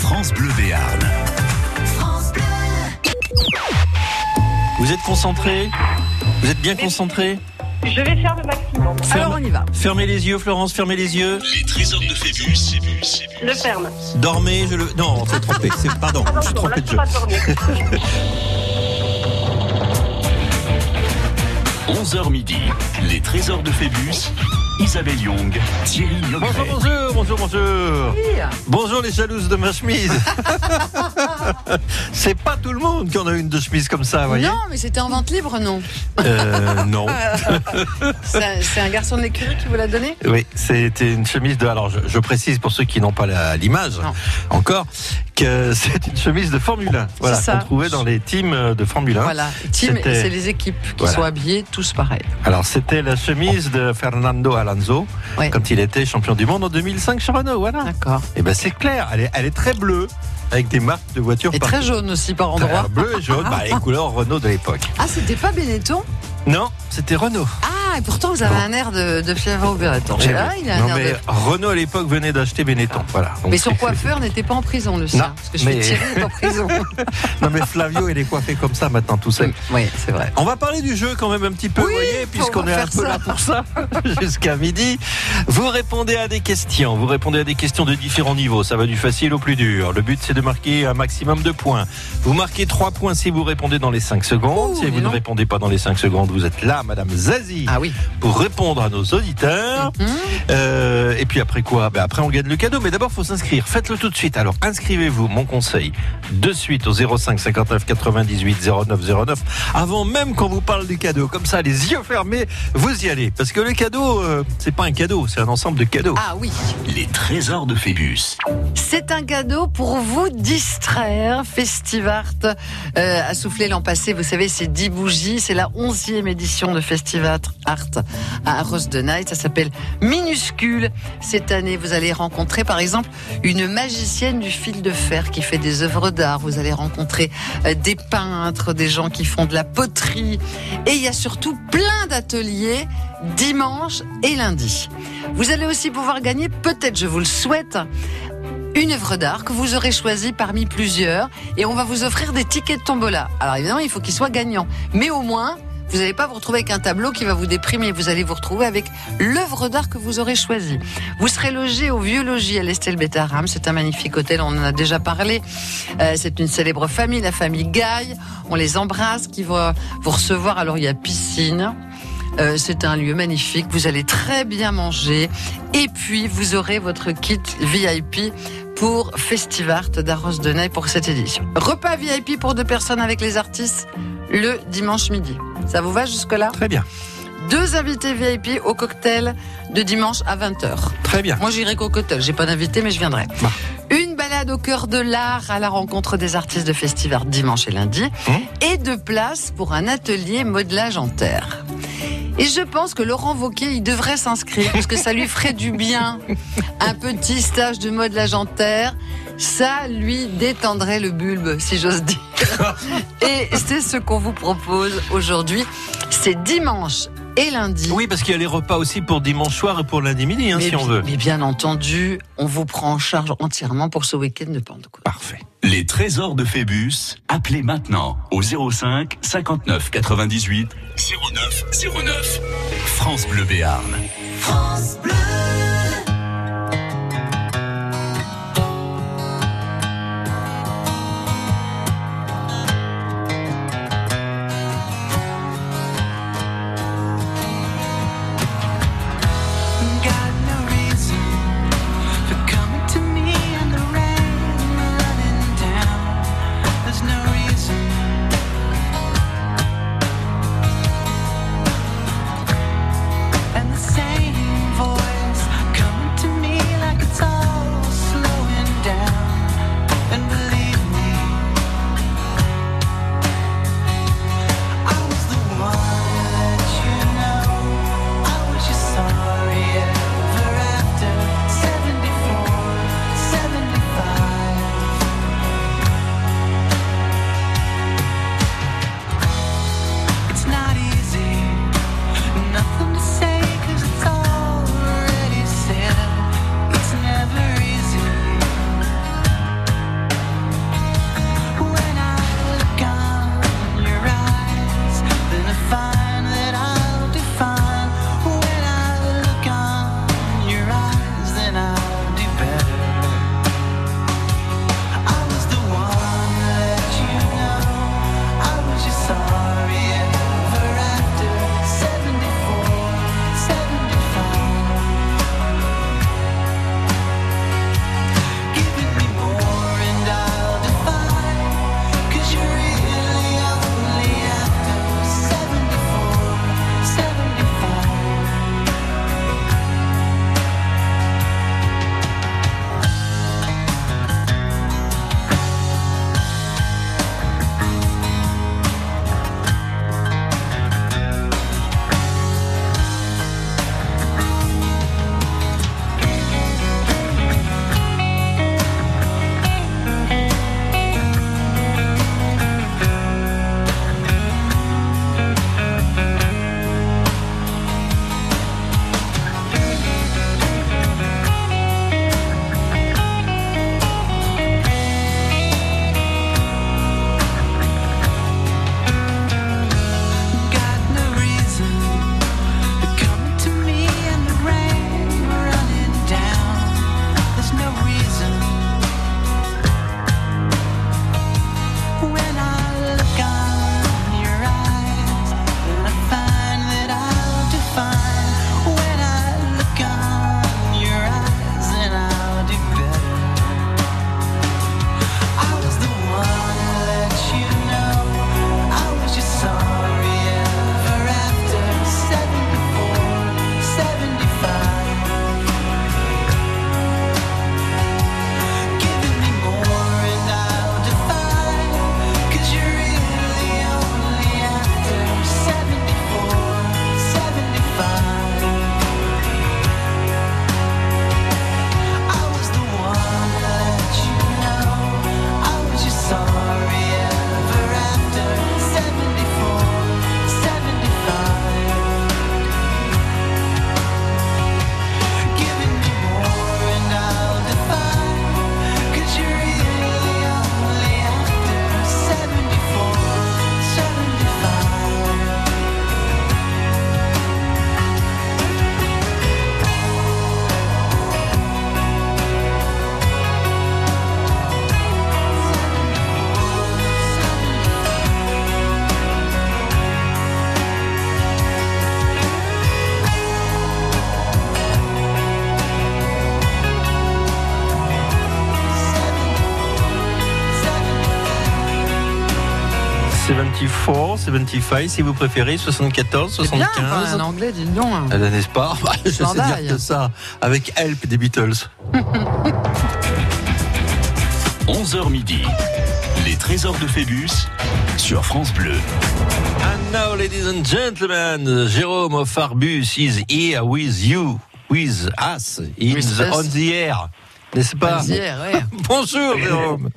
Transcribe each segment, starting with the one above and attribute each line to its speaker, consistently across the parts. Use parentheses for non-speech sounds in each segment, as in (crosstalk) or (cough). Speaker 1: France Bleu Béarn.
Speaker 2: Vous êtes concentré Vous êtes bien concentré
Speaker 3: Je vais faire le maximum.
Speaker 2: Ferme-
Speaker 4: Alors on y va.
Speaker 2: Fermez les yeux, Florence, fermez les yeux.
Speaker 1: Les trésors de Phébus.
Speaker 3: Je ferme.
Speaker 2: Dormez, je le. Non, on s'est trompé. c'est- Pardon, je suis
Speaker 3: Pardon, là,
Speaker 2: trompé
Speaker 3: je
Speaker 2: de
Speaker 3: peux
Speaker 2: jeu.
Speaker 3: pas dormir.
Speaker 1: 11h midi. Les trésors de Phébus. Isabelle Young. Thierry
Speaker 2: Bonjour,
Speaker 1: Yogret.
Speaker 2: bonjour, bonjour, bonjour. Bonjour les jalouses de ma chemise. (laughs) c'est pas tout le monde qui en a une de chemise comme ça, vous voyez
Speaker 4: Non, mais c'était en vente libre, non
Speaker 2: Euh,
Speaker 4: (laughs)
Speaker 2: non.
Speaker 4: C'est un- c'est un garçon de l'écurie qui vous l'a donné
Speaker 2: Oui, c'était une chemise de. Alors, je, je précise pour ceux qui n'ont pas la- l'image
Speaker 4: Non.
Speaker 2: encore que (laughs) c'est une chemise de Formule 1. Voilà,
Speaker 4: ça.
Speaker 2: qu'on trouvait dans les teams de Formule 1.
Speaker 4: Voilà. Team,
Speaker 2: C'était-
Speaker 4: c'est les équipes qui
Speaker 2: Voilà.
Speaker 4: sont habillées tous pareil.
Speaker 2: Alors, c'était la chemise de Fernando Alonso
Speaker 4: Ouais.
Speaker 2: quand il était champion du monde en 2005 chez Renault. Voilà.
Speaker 4: D'accord.
Speaker 2: Et ben, c'est clair. Elle est, elle est très bleue avec des marques de voitures
Speaker 4: Et
Speaker 2: partout.
Speaker 4: très jaune aussi par endroit.
Speaker 2: Alors, bleu et jaune, bah, les couleurs Renault de l'époque.
Speaker 4: Ah, c'était pas Benetton
Speaker 2: Non, c'était Renault.
Speaker 4: Ah, et pourtant vous avez un air de, de fièvre au Benetton.
Speaker 2: Eh oui.
Speaker 4: Ah, il a
Speaker 2: non,
Speaker 4: un air
Speaker 2: mais
Speaker 4: de...
Speaker 2: Renault à l'époque venait d'acheter Benetton. Voilà. Donc,
Speaker 4: Mais son
Speaker 2: c'est-
Speaker 4: coiffeur n'était pas en prison, le sien.
Speaker 2: Non,
Speaker 4: parce que je
Speaker 2: mais-
Speaker 4: suis tiré en prison.
Speaker 2: (laughs) Non, mais Flavio, il est coiffé comme ça maintenant, tout seul.
Speaker 4: oui, c'est vrai.
Speaker 2: On va parler du jeu quand même un petit peu,
Speaker 4: Oui,
Speaker 2: vous voyez,
Speaker 4: on
Speaker 2: puisqu'on
Speaker 4: va
Speaker 2: est un
Speaker 4: faire
Speaker 2: peu
Speaker 4: ça.
Speaker 2: là pour ça, (laughs) jusqu'à midi. Vous répondez à des questions, vous répondez à des questions de différents niveaux, ça va du facile au plus dur. Le but c'est de marquer un maximum de points. Vous marquez 3 points si vous répondez dans les 5 secondes,
Speaker 4: Ouh,
Speaker 2: si
Speaker 4: mais
Speaker 2: vous ne
Speaker 4: non.
Speaker 2: répondez pas dans les 5 secondes, vous êtes là, Madame Zazie,
Speaker 4: Ah oui.
Speaker 2: pour répondre à nos auditeurs.
Speaker 4: Hum,
Speaker 2: Euh, et puis après quoi Ben Après on gagne le cadeau, mais d'abord faut s'inscrire. Faites-le tout de suite. Alors inscrivez-vous, mon conseil, de suite au 05 59 98 09 09. Avant même qu'on vous parle du cadeau, comme ça, les yeux fermés, vous y allez. Parce que le cadeau, euh, c'est pas un cadeau, c'est un ensemble de cadeaux.
Speaker 4: Ah oui.
Speaker 1: Les trésors de Phébus.
Speaker 4: C'est un cadeau pour vous distraire. Festivart euh, a soufflé l'an passé, vous savez, c'est 10 bougies. C'est la 11e édition de Festivart Art à Arros de Night. Ça s'appelle Minuscule. Cette année, vous allez rencontrer, par exemple, une magicienne du fil de fer qui fait des œuvres d'art. Vous allez rencontrer euh, des peintres, des gens qui font de la poterie. Et il y a surtout plein d'ateliers dimanche et lundi. Vous allez aussi pouvoir gagner, peut-être, je vous le souhaite, une œuvre d'art que vous aurez choisie parmi plusieurs et on va vous offrir des tickets de tombola. Alors évidemment, il faut qu'ils soient gagnants, mais au moins, vous n'allez pas vous retrouver avec un tableau qui va vous déprimer, vous allez vous retrouver avec l'œuvre d'art que vous aurez choisie. Vous serez logé au Vieux Logis à l'Estelle Bétaram, c'est un magnifique hôtel, on en a déjà parlé. Euh, c'est une célèbre famille, la famille Gaille, on les embrasse, qui vont euh, vous recevoir. Alors il y a piscine, euh, c'est un lieu magnifique, vous allez très bien manger et puis vous aurez votre kit VIP pour Festivart d'Arros de Ney pour cette édition. Repas VIP pour deux personnes avec les artistes le dimanche midi. Ça vous va jusque-là
Speaker 2: Très bien,
Speaker 4: Deux invités VIP au cocktail de dimanche à 20h.
Speaker 2: très bien.
Speaker 4: Moi, j'irai qu'au cocktail. J'ai pas d'invité, mais je viendrai.
Speaker 2: Bah.
Speaker 4: Une balade au cœur de l'art à la rencontre des artistes de Festivart dimanche et lundi.
Speaker 2: Hein
Speaker 4: et de place pour un atelier modelage en terre. Et je pense que Laurent Vauquier, il devrait s'inscrire parce que ça lui ferait du bien. Un petit stage de modelage en terre, ça lui détendrait le bulbe, si j'ose dire. Et c'est ce qu'on vous propose aujourd'hui. C'est dimanche et lundi.
Speaker 2: Oui, parce qu'il y a les repas aussi pour dimanche soir et pour lundi midi, hein,
Speaker 4: mais,
Speaker 2: si on
Speaker 4: bi-
Speaker 2: veut.
Speaker 4: mais bien entendu, on vous prend en charge entièrement pour ce week-end de Pentecôte.
Speaker 2: Parfait.
Speaker 1: Les trésors de Phébus. Appelez maintenant au 05 59 98 09 09. France Bleu Béarn.
Speaker 5: Got no reason for coming to me in the rain and running down. There's no reason. And the same voice
Speaker 2: 74, 75, si vous préférez, 74,
Speaker 4: C'est bien, quoi,
Speaker 2: 75.
Speaker 4: un anglais, dis donc. hein.
Speaker 2: Ah, N'est-ce pas (laughs) Bah, Je sais
Speaker 4: Scandale.
Speaker 2: dire que ça, avec Help des Beatles.
Speaker 1: 11h midi. Les trésors de Phébus sur France Bleu.
Speaker 2: And now, ladies and gentlemen, Jérôme Farbus is here with you, with us, in
Speaker 4: With
Speaker 2: the,
Speaker 4: us.
Speaker 2: on the air. N'est-ce pas
Speaker 4: Hier, ouais.
Speaker 2: (laughs) Bonjour,
Speaker 4: (laughs)
Speaker 2: Jérôme.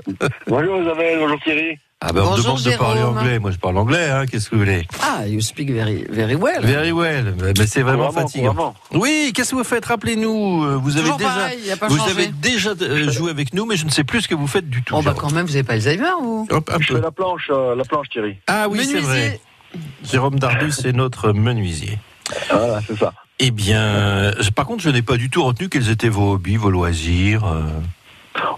Speaker 6: Bonjour Isabelle, bonjour Thierry.
Speaker 2: Ah ben, on me
Speaker 4: Bonjour,
Speaker 2: demande de parler
Speaker 4: Jérôme.
Speaker 2: anglais. Moi, je parle anglais, hein, qu'est-ce que vous voulez
Speaker 4: Ah, you speak very, very well.
Speaker 2: Very well, mais mais c'est vraiment hein.
Speaker 6: Couramment,
Speaker 2: fatigant.
Speaker 6: couramment.
Speaker 2: Oui, qu'est-ce que vous faites Rappelez-nous, euh, vous avez
Speaker 4: Toujours
Speaker 2: déjà,
Speaker 4: pareil, y a pas
Speaker 2: vous
Speaker 4: changé.
Speaker 2: avez déjà euh, joué avec nous, mais je ne sais plus ce que vous faites du tout.
Speaker 4: Oh, bah
Speaker 2: Jérôme.
Speaker 4: quand même, vous n'avez pas Alzheimer, vous
Speaker 2: Hop, un
Speaker 6: Je fais
Speaker 2: peu.
Speaker 6: la planche, euh, la planche Thierry.
Speaker 2: Ah oui, c'est
Speaker 4: Menuisier.
Speaker 2: vrai. Jérôme Darbus est notre menuisier.
Speaker 6: Ah, Voilà, c'est ça.
Speaker 2: Eh bien, je- par contre, je n'ai pas du tout retenu quels étaient vos hobbies, vos loisirs. euh.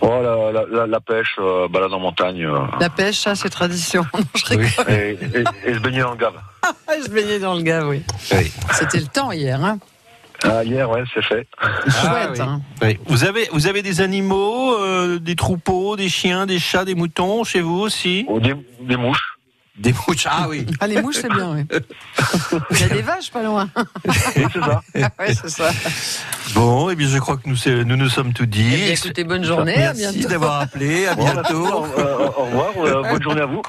Speaker 6: Oh la, la, la, la pêche, euh, balade en montagne euh,
Speaker 4: La pêche, ça, c'est tradition. (laughs) Non, je rigole.
Speaker 2: Oui.
Speaker 6: et, et- et se baigner dans le Gave.
Speaker 4: Ah, je baignais dans le gars, oui.
Speaker 2: Oui.
Speaker 4: C'était le temps hier, hein.
Speaker 6: Ah, hier, ouais, c'est fait.
Speaker 2: Ah
Speaker 4: Chouette,
Speaker 2: oui.
Speaker 4: hein.
Speaker 2: Oui. Vous avez, vous avez des animaux, euh, des troupeaux, des chiens, des chats, des moutons chez vous aussi
Speaker 6: Oh, des, des mouches.
Speaker 2: Des mouches. Ah oui.
Speaker 4: Ah, les mouches, c'est bien, oui. Il y a des vaches pas loin. Ah
Speaker 6: Oui, c'est
Speaker 4: (laughs)
Speaker 6: ça.
Speaker 4: ouais, c'est ça.
Speaker 2: (laughs) Bon, eh bien, je crois que nous c'est- nous, nous sommes tout dit.
Speaker 4: Eh bien, écoutez, bonne journée, à
Speaker 2: Merci
Speaker 4: bientôt. bah,
Speaker 2: d'avoir appelé. À
Speaker 4: (laughs)
Speaker 6: Bon,
Speaker 2: bientôt.
Speaker 6: au, euh, au revoir, euh, bonne journée à vous.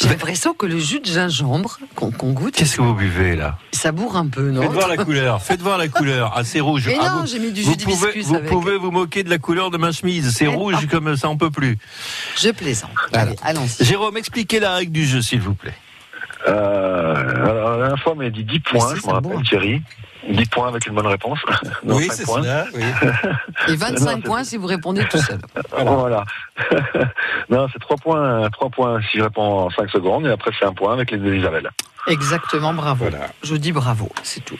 Speaker 4: J'ai l'impression que le jus de gingembre qu'on qu'on goûte,
Speaker 2: Qu'est-ce que vous buvez là
Speaker 4: ça bourre un peu, non
Speaker 2: Faites voir la couleur. Faites voir la couleur. Ah, c'est rouge.
Speaker 4: Mais
Speaker 2: Ah,
Speaker 4: non,
Speaker 2: vous-
Speaker 4: j'ai mis du
Speaker 2: vous
Speaker 4: jus
Speaker 2: pouvez,
Speaker 4: d'hibiscus
Speaker 2: vous
Speaker 4: avec.
Speaker 2: pouvez vous moquer de la couleur de ma chemise. C'est rouge comme ça, on peut plus.
Speaker 4: Je plaisante.
Speaker 2: Voilà.
Speaker 4: Allez, allons-y.
Speaker 2: Jérôme, expliquez la règle du jeu, s'il vous plaît.
Speaker 6: Euh, alors, la dernière fois, on m'a dit 10 points,
Speaker 4: Mais si,
Speaker 6: je me
Speaker 4: ça boit.
Speaker 6: rappelle Thierry. 10 points avec une bonne réponse. (laughs) Non, cinq points.
Speaker 2: ça.
Speaker 4: Et
Speaker 6: Non,
Speaker 4: 25
Speaker 6: c'est-
Speaker 4: points si vous répondez tout seul.
Speaker 6: Voilà. (laughs) non, c'est 3 points, 3 points si je réponds en 5 secondes, et après, c'est un point avec les deux Isabelle.
Speaker 4: (laughs) Exactement, bravo.
Speaker 2: Voilà.
Speaker 4: Je dis bravo, c'est tout.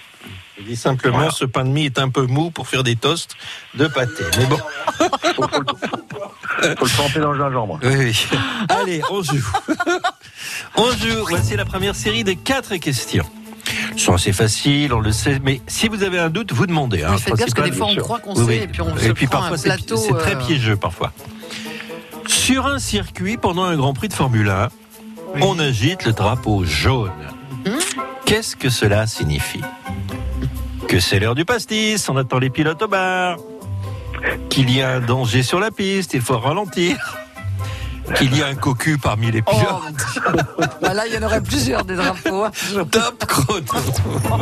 Speaker 2: Il dit simplement,
Speaker 6: Voilà.
Speaker 2: ce pain de mie est un peu mou pour faire des toasts de pâté. Mais bon.
Speaker 6: Faut le tremper dans le gingembre.
Speaker 2: Oui,
Speaker 4: (laughs)
Speaker 2: oui. Allez, on joue. (laughs) on joue. Voici la première série des quatre questions. Elles sont assez faciles, on le sait, mais si vous avez un doute, vous demandez. hein.
Speaker 4: Mais faites gaffe parce que
Speaker 2: Principal-
Speaker 4: des fois on
Speaker 6: bien sûr.
Speaker 4: croit qu'on
Speaker 2: Oui,
Speaker 4: sait
Speaker 2: oui.
Speaker 4: et puis on se prend
Speaker 2: parfois,
Speaker 4: un
Speaker 2: c'est-
Speaker 4: plateau.
Speaker 2: C'est très
Speaker 4: euh,
Speaker 2: piégeux parfois. Sur un circuit, pendant un Grand Prix de Formule 1, on agite le drapeau jaune.
Speaker 4: Mhm.
Speaker 2: Qu'est-ce que cela signifie Que c'est l'heure du pastis, on attend les pilotes au bar. Qu'il y a un danger sur la piste, il faut ralentir. Qu'il y a un cocu parmi les (laughs)
Speaker 4: Oh,
Speaker 2: pilotes.
Speaker 4: mon Dieu. Bah là, il y en aurait plusieurs des drapeaux. hein.
Speaker 2: Top chrono.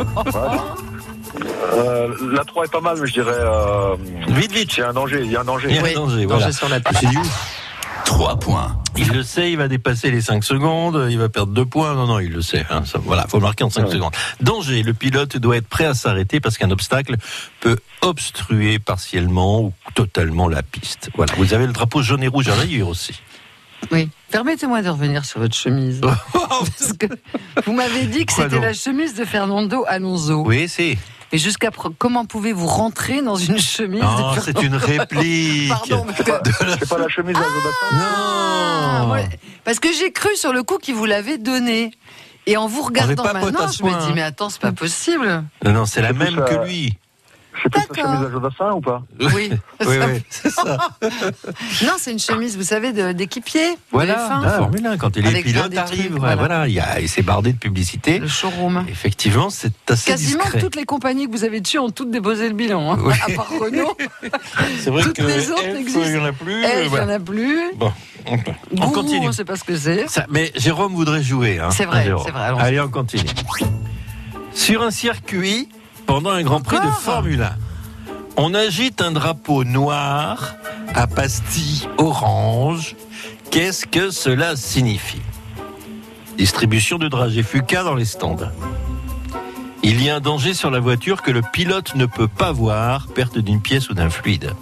Speaker 6: Euh, la 3 est pas mal, mais je dirais. Euh,
Speaker 2: Vite, vite.
Speaker 6: il y a un danger, il y a un danger.
Speaker 2: Il y a un
Speaker 4: Oui,
Speaker 2: danger, voilà.
Speaker 4: sur la
Speaker 2: Je me
Speaker 4: table.
Speaker 2: suis dit, ouf,
Speaker 1: 3 points.
Speaker 2: Il le sait, il va dépasser les 5 secondes, il va perdre 2 points. Non, non, il le sait. hein, ça, voilà, faut marquer en 5
Speaker 6: Ouais.
Speaker 2: secondes. Danger, le pilote doit être prêt à s'arrêter parce qu'un obstacle peut obstruer partiellement ou totalement la piste. Voilà, vous avez le drapeau jaune et rouge à l'œil aussi.
Speaker 4: Oui. Permettez-moi de revenir sur votre
Speaker 2: (laughs)
Speaker 4: chemise. Parce que vous m'avez dit que
Speaker 2: Oh, Quoi
Speaker 4: c'était
Speaker 2: donc
Speaker 4: la chemise de Fernando Alonso.
Speaker 2: Oui, c'est.
Speaker 4: Mais jusqu'à pro- comment pouvez-vous rentrer dans une chemise
Speaker 2: Non, (laughs)
Speaker 4: de
Speaker 2: c'est
Speaker 4: Fernando- (laughs)
Speaker 2: une réplique.
Speaker 4: Pardon, parce que-
Speaker 6: C'est pas la chemise à Zodatin
Speaker 4: Ah,
Speaker 2: Non.
Speaker 4: ouais. parce que j'ai cru sur le coup qu'il vous l'avait donné. Et en vous regardant
Speaker 2: pas potes à
Speaker 4: maintenant,
Speaker 2: ce
Speaker 4: je me
Speaker 2: point,
Speaker 4: dis
Speaker 2: hein.
Speaker 4: mais attends, c'est pas possible.
Speaker 2: Non, non, c'est la
Speaker 6: C'est
Speaker 2: même
Speaker 6: plus, euh,
Speaker 2: que lui.
Speaker 6: C'est plus la
Speaker 4: D'accord.
Speaker 6: chemise à Jodassin ou pas
Speaker 4: Oui. (laughs)
Speaker 2: oui, oui, c'est ça.
Speaker 4: Non, c'est une chemise, vous savez, de- d'équipier. de
Speaker 2: Voilà, Ah,
Speaker 4: F1,
Speaker 2: la Formule 1, quand il est
Speaker 4: Avec plein
Speaker 2: pilote,
Speaker 4: des
Speaker 2: arrive.
Speaker 4: trucs,
Speaker 2: ouais,
Speaker 4: voilà.
Speaker 2: Voilà, il y a- il s'est bardé de publicité.
Speaker 4: le showroom.
Speaker 2: Effectivement, c'est assez
Speaker 4: Quasiment
Speaker 2: discret.
Speaker 4: toutes les compagnies que vous avez tuées ont toutes déposé le bilan. hein.
Speaker 2: Oui.
Speaker 4: (laughs) À part Renault,
Speaker 2: C'est vrai
Speaker 4: Toutes
Speaker 2: que
Speaker 4: les autres
Speaker 2: Elf,
Speaker 4: n'existent.
Speaker 2: Il n'y en a plus.
Speaker 4: elle,
Speaker 2: euh,
Speaker 4: il n'y
Speaker 2: voilà.
Speaker 4: en a plus.
Speaker 2: Bon, on, peut- on
Speaker 4: Gourou,
Speaker 2: continue.
Speaker 4: on sait pas ce que c'est.
Speaker 2: Ça, mais Jérôme voudrait jouer. hein,
Speaker 4: C'est vrai,
Speaker 2: hein, Jérôme.
Speaker 4: c'est vrai, allons-y.
Speaker 2: Allez, on continue. Sur un circuit, pendant un Grand Prix de
Speaker 4: Encore
Speaker 2: Formule 1, on agite un drapeau noir à pastille orange. Qu'est-ce que cela signifie Distribution de dragées fuca dans les stands. Il y a un danger sur la voiture que le pilote ne peut pas voir, perte d'une pièce ou d'un fluide.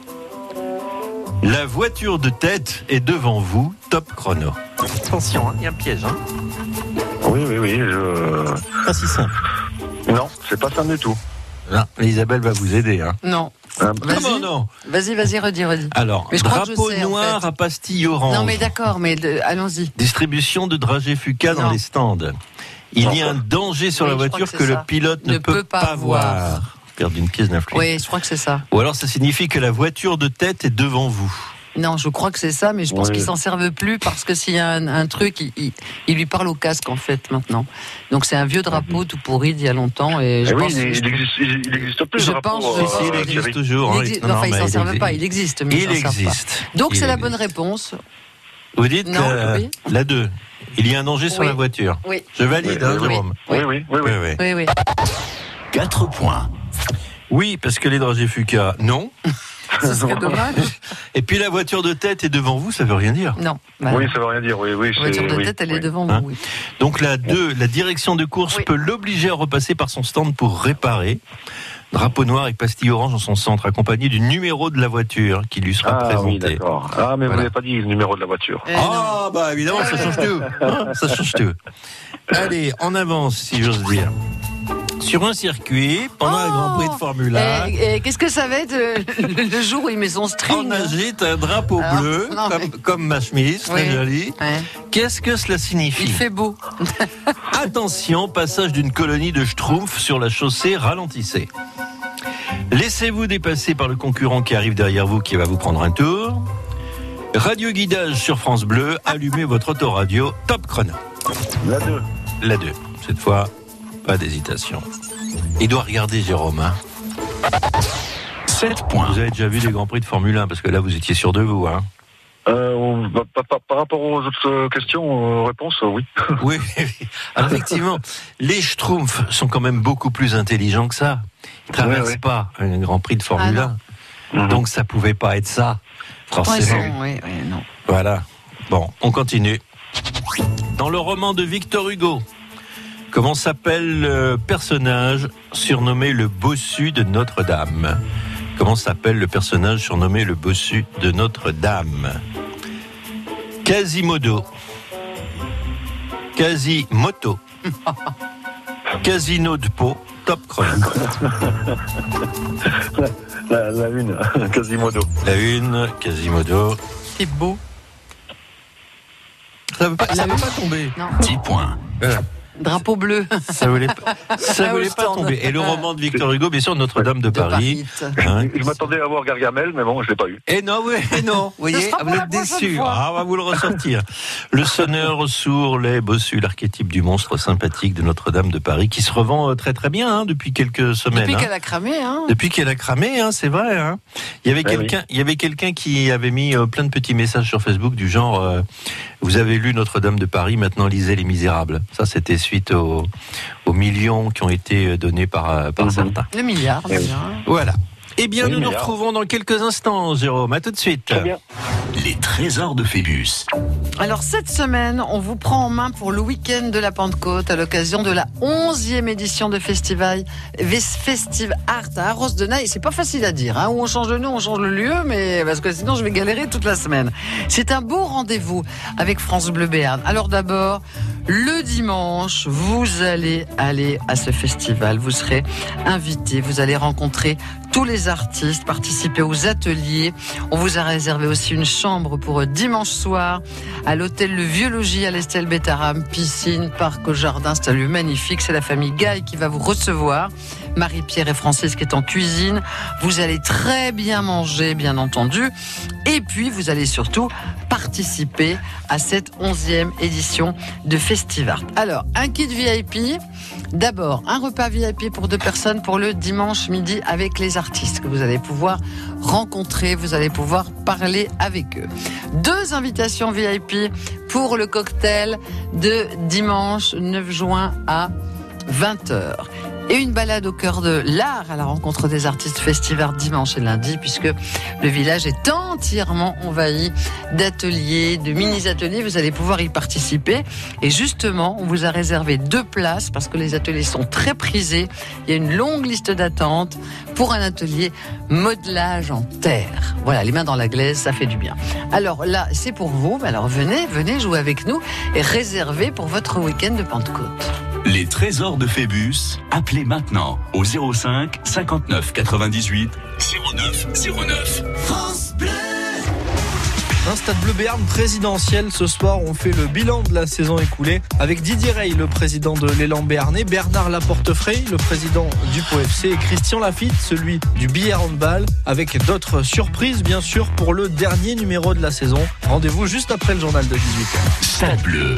Speaker 2: La voiture de tête est devant vous, top chrono. Attention, hein, il y a un piège. Hein.
Speaker 6: Oui, oui, oui. Je...
Speaker 2: Pas Ah, si simple.
Speaker 6: Non, c'est pas ça du tout.
Speaker 2: Là, Isabelle va vous aider. Hein.
Speaker 4: Non.
Speaker 6: Hein
Speaker 2: Comment
Speaker 4: Vas-y,
Speaker 2: non
Speaker 4: vas-y, vas-y, redis, redis.
Speaker 2: Alors,
Speaker 4: Mais je crois que je
Speaker 2: drapeau
Speaker 4: sais, en
Speaker 2: noir
Speaker 4: fait.
Speaker 2: à pastille orange.
Speaker 4: Non mais d'accord, mais de- allons-y.
Speaker 2: Distribution de dragées fuca dans
Speaker 4: Non.
Speaker 2: les stands. Il y a un danger sur
Speaker 4: Oui,
Speaker 2: la
Speaker 4: je crois
Speaker 2: voiture
Speaker 4: que
Speaker 2: que,
Speaker 4: c'est
Speaker 2: le
Speaker 4: ça.
Speaker 2: pilote ne, peut, pas, voir. Perdre une pièce d'influence.
Speaker 4: Oui, je crois que c'est ça.
Speaker 2: Ou alors ça signifie que la voiture de tête est devant vous.
Speaker 4: Non, je crois que c'est ça, mais je pense
Speaker 6: Ouais.
Speaker 4: qu'ils s'en servent plus parce que s'il y a un, un truc, il, il- il lui parle au casque en fait maintenant. Donc c'est un vieux drapeau tout pourri d'il y a longtemps et je
Speaker 6: Eh oui,
Speaker 4: pense.
Speaker 6: il,
Speaker 4: je-
Speaker 6: il existe, il- il existe plus.
Speaker 4: Je
Speaker 6: le rapport,
Speaker 4: pense,
Speaker 6: euh,
Speaker 4: oui, si, il
Speaker 6: euh,
Speaker 4: existe.
Speaker 6: Thierry.
Speaker 2: toujours.
Speaker 4: Oh, il
Speaker 2: oui.
Speaker 4: exi-
Speaker 2: Non,
Speaker 4: non, enfin,
Speaker 2: mais
Speaker 4: il s'en
Speaker 2: hein, il
Speaker 4: servent
Speaker 2: exi-
Speaker 4: pas, il existe, mais il
Speaker 2: Il
Speaker 4: s'en servent pas.
Speaker 2: existe.
Speaker 4: Donc
Speaker 2: Il
Speaker 4: c'est la
Speaker 2: existe.
Speaker 4: bonne réponse.
Speaker 2: Vous dites
Speaker 4: Non,
Speaker 2: euh,
Speaker 4: oui.
Speaker 2: la 2. Il y a un danger sur
Speaker 4: Oui.
Speaker 2: la voiture.
Speaker 4: Oui.
Speaker 2: Je valide,
Speaker 6: Oui,
Speaker 2: hein,
Speaker 6: oui,
Speaker 2: Jérôme.
Speaker 6: Oui, oui, oui. oui.
Speaker 2: oui. oui.
Speaker 4: Oui, oui.
Speaker 1: 4 points.
Speaker 2: Oui, parce que les dragées fuca, non.
Speaker 4: Ce
Speaker 6: (laughs)
Speaker 4: serait dommage.
Speaker 2: Et puis la voiture de tête est devant vous, ça veut rien dire.
Speaker 4: Non. bah,
Speaker 6: Oui, ça veut rien dire. Oui, oui.
Speaker 4: la voiture
Speaker 6: c'est-
Speaker 4: de
Speaker 6: oui,
Speaker 4: tête, elle
Speaker 6: oui.
Speaker 4: est devant
Speaker 2: Hein
Speaker 4: vous. oui.
Speaker 2: Donc la 2, la direction de course
Speaker 4: Oui.
Speaker 2: peut l'obliger à repasser par son stand pour réparer. Drapeau noir et pastille orange en son centre, accompagné du numéro de la voiture qui lui sera
Speaker 6: Ah oui,
Speaker 2: présenté.
Speaker 6: d'accord. Ah, mais
Speaker 2: Voilà.
Speaker 6: vous n'avez pas dit le numéro de la voiture.
Speaker 4: Eh non.
Speaker 2: Ah bah évidemment, ça change tout. hein, ça change tout. Allez, en avance si j'ose dire. Sur un circuit, pendant un
Speaker 4: Oh
Speaker 2: Grand Prix de Formule 1,
Speaker 4: Et, et qu'est-ce que ça va être euh, (laughs) le, le jour où il met son string
Speaker 2: on
Speaker 4: hein
Speaker 2: agite un drapeau
Speaker 4: Alors,
Speaker 2: bleu,
Speaker 4: non,
Speaker 2: comme,
Speaker 4: mais-
Speaker 2: comme ma chemise, très
Speaker 4: Oui.
Speaker 2: jolie.
Speaker 4: Ouais.
Speaker 2: Qu'est-ce que cela signifie
Speaker 4: Il fait beau.
Speaker 2: Attention, passage d'une colonie de schtroumpfs sur la chaussée, ralentissez. Laissez-vous dépasser par le concurrent qui arrive derrière vous, qui va vous prendre un tour. Radio guidage sur France Bleu, allumez votre autoradio, top chrono.
Speaker 6: La 2.
Speaker 2: La 2, cette fois, pas d'hésitation. Il doit regarder Jérôme. hein.
Speaker 1: 7 points.
Speaker 2: Vous avez déjà vu des Grands Prix de Formule 1, parce que là vous étiez sûr de vous.
Speaker 6: (laughs)
Speaker 2: Hein.
Speaker 6: Euh, on- bah, par- par- par rapport aux autres euh, questions, euh, réponses, euh, oui.
Speaker 2: Oui, oui, oui. Alors, effectivement, les Schtroumpfs sont quand même beaucoup plus intelligents que ça. Ils ne traversent
Speaker 6: Ouais, ouais.
Speaker 2: pas un Grand Prix de Formule
Speaker 4: Ah,
Speaker 2: 1.
Speaker 6: Mhm.
Speaker 2: Donc ça pouvait pas être ça,
Speaker 4: Ouais,
Speaker 2: forcément.
Speaker 4: non, ouais, ouais, non.
Speaker 2: Voilà. Bon, on continue. Dans le roman de Victor Hugo, comment s'appelle le personnage surnommé le bossu de Notre-Dame Comment s'appelle le personnage surnommé le bossu de Notre-Dame Quasimodo. Quasimoto. Casino de Pau. Top chrono.
Speaker 6: (laughs) La, la une, (laughs) Quasimodo.
Speaker 2: La une, Quasimodo.
Speaker 4: C'est beau.
Speaker 2: Ça ne veut pas, ça
Speaker 4: La
Speaker 2: veut
Speaker 4: une.
Speaker 2: pas tomber.
Speaker 1: 10 points.
Speaker 4: Drapeau bleu.
Speaker 2: Ça voulait pas, ça
Speaker 4: Ah,
Speaker 2: voulait
Speaker 4: au
Speaker 2: pas
Speaker 4: stand.
Speaker 2: tomber. Et le roman de Victor Hugo, bien sûr, Notre-Dame de,
Speaker 4: de
Speaker 2: Paris.
Speaker 4: Paris.
Speaker 2: hein.
Speaker 6: Je m'attendais à voir Gargamel, mais bon, je l'ai pas eu.
Speaker 2: Et non, oui, et non, vous voyez,
Speaker 4: sera
Speaker 2: ah,
Speaker 4: pour
Speaker 2: vous
Speaker 4: la
Speaker 2: êtes
Speaker 4: prochaine
Speaker 2: déçus.
Speaker 4: fois.
Speaker 2: Ah, on va vous le ressortir. Le sonneur sourd, les bossu, l'archétype du monstre sympathique de Notre-Dame de Paris, qui se revend euh, très très bien hein, depuis quelques semaines.
Speaker 4: Depuis
Speaker 2: hein.
Speaker 4: qu'elle a cramé, hein.
Speaker 2: Depuis qu'elle a cramé, hein, c'est vrai. hein. Il y avait
Speaker 6: Ah oui.
Speaker 2: quelqu'un, il y avait quelqu'un qui avait mis euh, plein de petits messages sur Facebook du genre euh, "Vous avez lu Notre-Dame de Paris, maintenant lisez Les Misérables." Ça, c'était suite au- aux millions qui ont été euh, donnés par, euh, par
Speaker 6: Mhm.
Speaker 2: certains.
Speaker 4: Le milliard,
Speaker 6: Eh oui.
Speaker 4: bien.
Speaker 2: Voilà. Eh bien,
Speaker 6: Oui,
Speaker 2: nous
Speaker 6: mais
Speaker 2: nous
Speaker 6: alors-
Speaker 2: retrouvons dans quelques instants, Jérôme. À tout de suite.
Speaker 1: Les trésors de Phébus.
Speaker 4: Alors cette semaine, on vous prend en main pour le week-end de la Pentecôte à l'occasion de la 11e édition de Festival Ves- Festive Art à Arros de Naï. C'est pas facile à dire, hein. Ou on change le nom, on change le lieu, mais parce que sinon je vais galérer toute la semaine. C'est un beau rendez-vous avec France Bleu Béarn. Alors d'abord, le dimanche, vous allez aller à ce festival. Vous serez invité, vous allez rencontrer tous les artistes, participer aux ateliers. On vous a réservé aussi une chambre pour euh, dimanche soir à l'hôtel Le Vieux Logis à l'Estelle Bétaram, piscine, parc au jardin, c'est un lieu magnifique. C'est la famille Gaille qui va vous recevoir. Marie-Pierre et Francis qui est en cuisine. Vous allez très bien manger, bien entendu. Et puis, vous allez surtout participer à cette 11e édition de Festivart. Alors, un kit VIP. D'abord, un repas VIP pour deux personnes pour le dimanche midi avec les artistes que vous allez pouvoir rencontrer, vous allez pouvoir parler avec eux deux invitations VIP pour le cocktail de dimanche 9 juin à 20h. Et une balade au cœur de l'art à la rencontre des artistes festivals dimanche et lundi, puisque le village est entièrement envahi d'ateliers, de mini-ateliers. Vous allez pouvoir y participer. Et justement, on vous a réservé deux places parce que les ateliers sont très prisés. Il y a une longue liste d'attente pour un atelier modelage en terre. Voilà, les mains dans la glaise, ça fait du bien. Alors là, c'est pour vous. Mais Alors venez, venez jouer avec nous et réservez pour votre week-end de Pentecôte.
Speaker 1: Les trésors de Phébus. Appelez maintenant au 05 59 98 09 09. France Bleu.
Speaker 7: Un stade bleu Béarn présidentiel. Ce soir, on fait le bilan de la saison écoulée avec Didier Rey, le président de l'élan béarnais, Bernard Laportefray, le président du Pau FC, et Christian Lafitte, celui du billard handball, avec d'autres surprises, bien sûr, pour le dernier numéro de la saison. Rendez-vous juste après le journal de 18h.
Speaker 1: Stade bleu.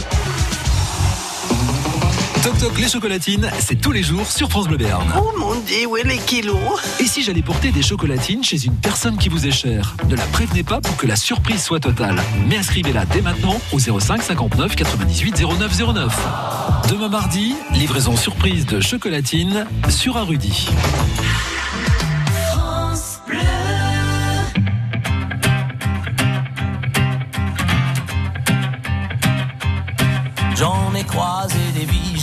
Speaker 8: Toc Toc les chocolatines, c'est tous les jours sur France Bleu Béarn.
Speaker 9: Oh mon dieu, où est les kilos
Speaker 8: Et si j'allais porter des chocolatines chez une personne qui vous est chère Ne la prévenez pas pour que la surprise soit totale, mais inscrivez-la dès maintenant au 05 59 98 09 09. Demain mardi, livraison surprise de chocolatines sur Arudi.
Speaker 10: J'en ai croisé des vies,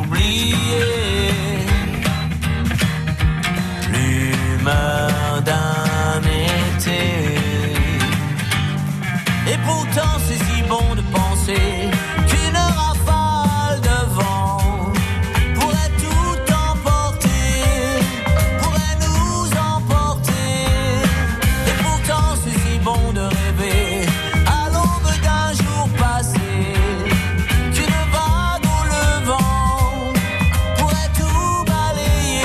Speaker 10: oublié l'humeur d'un été. Et pourtant, c'est si bon de penser qu'une rafale de vent pourrait tout emporter, pourrait nous emporter. Et pourtant, c'est si bon de rêver à l'aube d'un jour passé qu'une vague au levant pourrait tout balayer,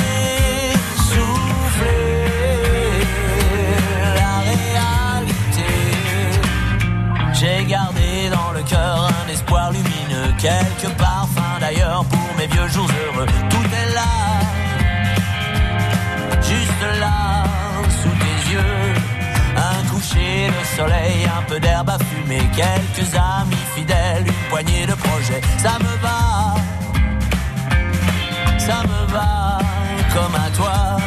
Speaker 10: souffler la réalité. J'ai gardé dans le cœur un espoir lumineux, quelques parfums d'ailleurs pour mes vieux jours heureux. Tout est là, juste là, sous tes yeux. Un coucher de soleil, un peu d'herbe à fumer, quelques amis fidèles, une poignée de projets. Ça me va ça me va comme à toi.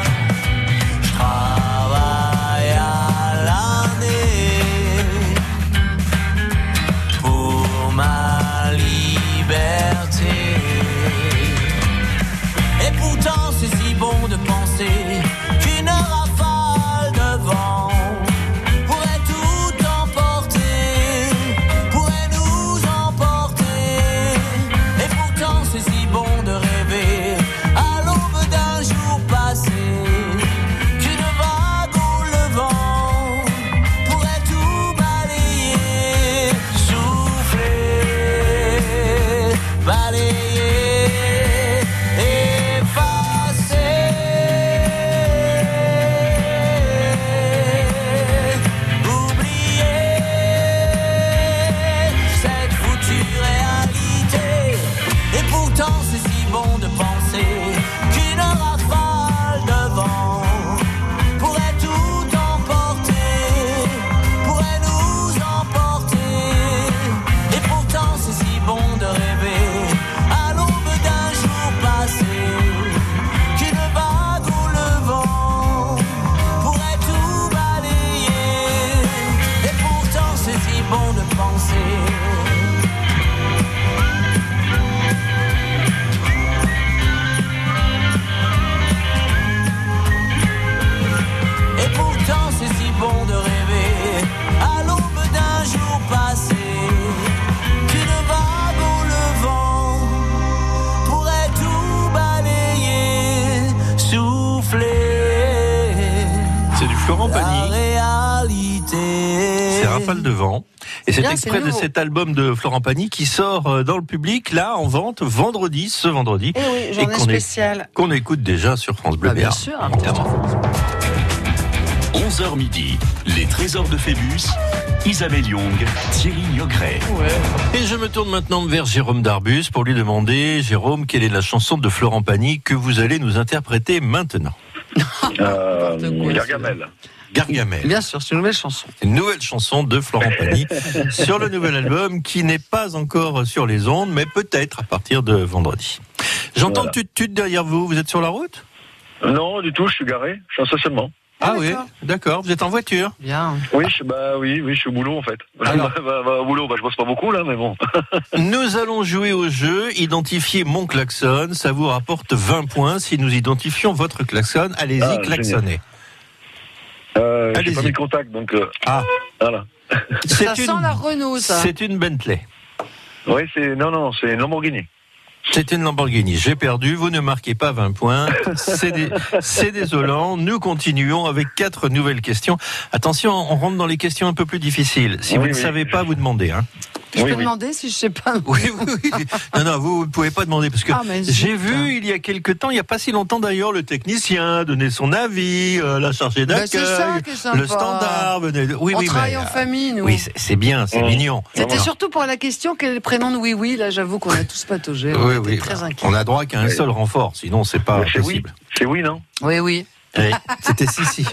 Speaker 10: Je travaille à l'année pour ma liberté. Et pourtant c'est si bon de penser qu'une rafale de vent pourrait tout emporter, pourrait nous emporter. Et pourtant c'est si bon de rêver à l'aube d'un jour passé qu'une vague au levant pourrait tout balayer, souffler, balayer, effacer, oublier cette foutue réalité. Et pourtant, c'est si bon de penser qu'une rafale de vent pourrait tout emporter, pourrait nous emporter. Et pourtant, c'est si bon de rêver à l'aube d'un jour passé. Qu'une vague au levant pourrait tout balayer. Et pourtant, c'est si bon de penser. Et pourtant c'est si bon de rêver à l'aube d'un jour passé qu'une vague au levant pourrait tout balayer, souffler
Speaker 2: C'est du Florent
Speaker 10: la
Speaker 2: Pagny.
Speaker 10: réalité.
Speaker 2: C'est Rafale de vent. Et c'est
Speaker 4: Bien,
Speaker 2: exprès
Speaker 4: c'est
Speaker 2: de
Speaker 4: nouveau.
Speaker 2: cet album de Florent Pagny qui sort euh, dans le public, là, en vente, vendredi, ce vendredi.
Speaker 4: Eh oui, journée
Speaker 2: qu'on est-
Speaker 4: spéciale.
Speaker 2: Qu'on écoute déjà sur France Bleu
Speaker 4: Ah, bien
Speaker 2: Béarn.
Speaker 4: sûr, hein.
Speaker 2: Évidemment.
Speaker 1: 11h midi, les trésors de Phébus, Isabelle Young, Thierry Niogret.
Speaker 2: Et je me tourne maintenant vers Jérôme Darbus pour lui demander, Jérôme, quelle est la chanson de Florent Pagny que vous allez nous interpréter maintenant Ah,
Speaker 6: Euh,
Speaker 4: N'importe quoi,
Speaker 6: Gargamel.
Speaker 2: Gargamel.
Speaker 4: Bien sûr, c'est une nouvelle chanson.
Speaker 2: Une nouvelle chanson de Florent
Speaker 4: (laughs)
Speaker 2: Pagny sur le nouvel album qui n'est pas encore sur les ondes, mais peut-être à partir de vendredi. J'entends
Speaker 6: Voilà.
Speaker 2: tut tut derrière vous, vous êtes sur la route
Speaker 6: Non, du tout, je suis garé, je suis en stationnement.
Speaker 2: Ah oui, d'accord. Vous êtes en voiture
Speaker 4: Bien.
Speaker 6: Oui, je, bah oui, oui, je suis au boulot en fait. (laughs) Bah, bah, bah, au boulot, bah, je bosse pas beaucoup là, mais bon.
Speaker 2: Nous allons jouer au jeu, identifier mon klaxon. Ça vous rapporte 20 points si nous identifions votre klaxon. Allez-y,
Speaker 6: Ah,
Speaker 2: klaxonnez.
Speaker 6: Euh, j'ai
Speaker 2: Allez-y.
Speaker 6: pas mis le contact, donc euh,
Speaker 2: Ah,
Speaker 6: voilà.
Speaker 4: Ça sent la hein. Renault, ça.
Speaker 2: C'est une Bentley.
Speaker 6: Oui, c'est non, non, c'est une Lamborghini.
Speaker 2: C'est une Lamborghini. J'ai perdu. Vous ne marquez pas 20 points. C'est dé- c'est désolant. Nous continuons avec quatre nouvelles questions. Attention, on rentre dans les questions un peu plus difficiles. Si
Speaker 6: Oui,
Speaker 2: vous ne
Speaker 6: oui.
Speaker 2: savez pas, vous demandez. hein.
Speaker 4: Je
Speaker 6: oui,
Speaker 4: peux
Speaker 6: oui.
Speaker 4: demander si je sais pas.
Speaker 2: Oui, oui, oui. Non, non, vous ne pouvez pas demander parce que
Speaker 4: Ah, mais zut.
Speaker 2: j'ai vu il y a quelque temps, il n'y a pas si longtemps d'ailleurs, le technicien donner son avis, euh, la chargée
Speaker 4: Bah,
Speaker 2: d'accueil,
Speaker 4: c'est ça qui est sympa.
Speaker 2: le standard. venait de- Oui,
Speaker 4: On
Speaker 2: oui,
Speaker 4: travaille
Speaker 2: mais,
Speaker 4: en
Speaker 2: euh,
Speaker 4: famille, nous.
Speaker 2: Oui, c'est- c'est bien, c'est
Speaker 6: Mmh.
Speaker 2: mignon.
Speaker 4: C'était
Speaker 6: Voilà.
Speaker 4: surtout pour la question quel est le prénom de Oui Oui. Là, j'avoue qu'on a tous pataugé. on
Speaker 2: Oui,
Speaker 4: était
Speaker 2: oui.
Speaker 4: très inquiets.
Speaker 2: On a droit qu'à un
Speaker 6: Ouais.
Speaker 2: seul renfort, sinon c'est pas
Speaker 6: c'est oui,
Speaker 2: possible.
Speaker 6: c'est oui, non
Speaker 4: Oui, oui.
Speaker 2: Oui, C'était Sissi.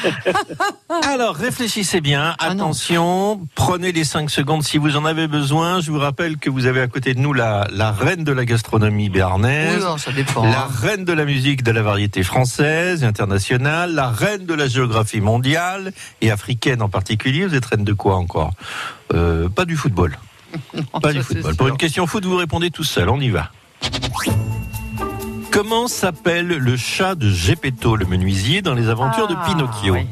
Speaker 4: (laughs)
Speaker 2: Alors, réfléchissez bien.
Speaker 4: Ah non.
Speaker 2: Attention, prenez les 5 secondes si vous en avez besoin. Je vous rappelle que vous avez à côté de nous la, la reine de la gastronomie
Speaker 4: Oui,
Speaker 2: béarnaise.
Speaker 4: non, ça dépend.
Speaker 2: La
Speaker 4: hein.
Speaker 2: reine de la musique de la variété française et internationale, la reine de la géographie mondiale et africaine en particulier. Vous êtes reine de quoi encore Euh, Pas du football. Pas
Speaker 4: Oh, ça,
Speaker 2: du
Speaker 4: c'est
Speaker 2: football.
Speaker 4: sûr.
Speaker 2: Pour une question foot, vous répondez tout seul. On y va. Comment s'appelle le chat de Geppetto le menuisier dans les aventures de
Speaker 4: Ah,
Speaker 2: Pinocchio
Speaker 4: oui.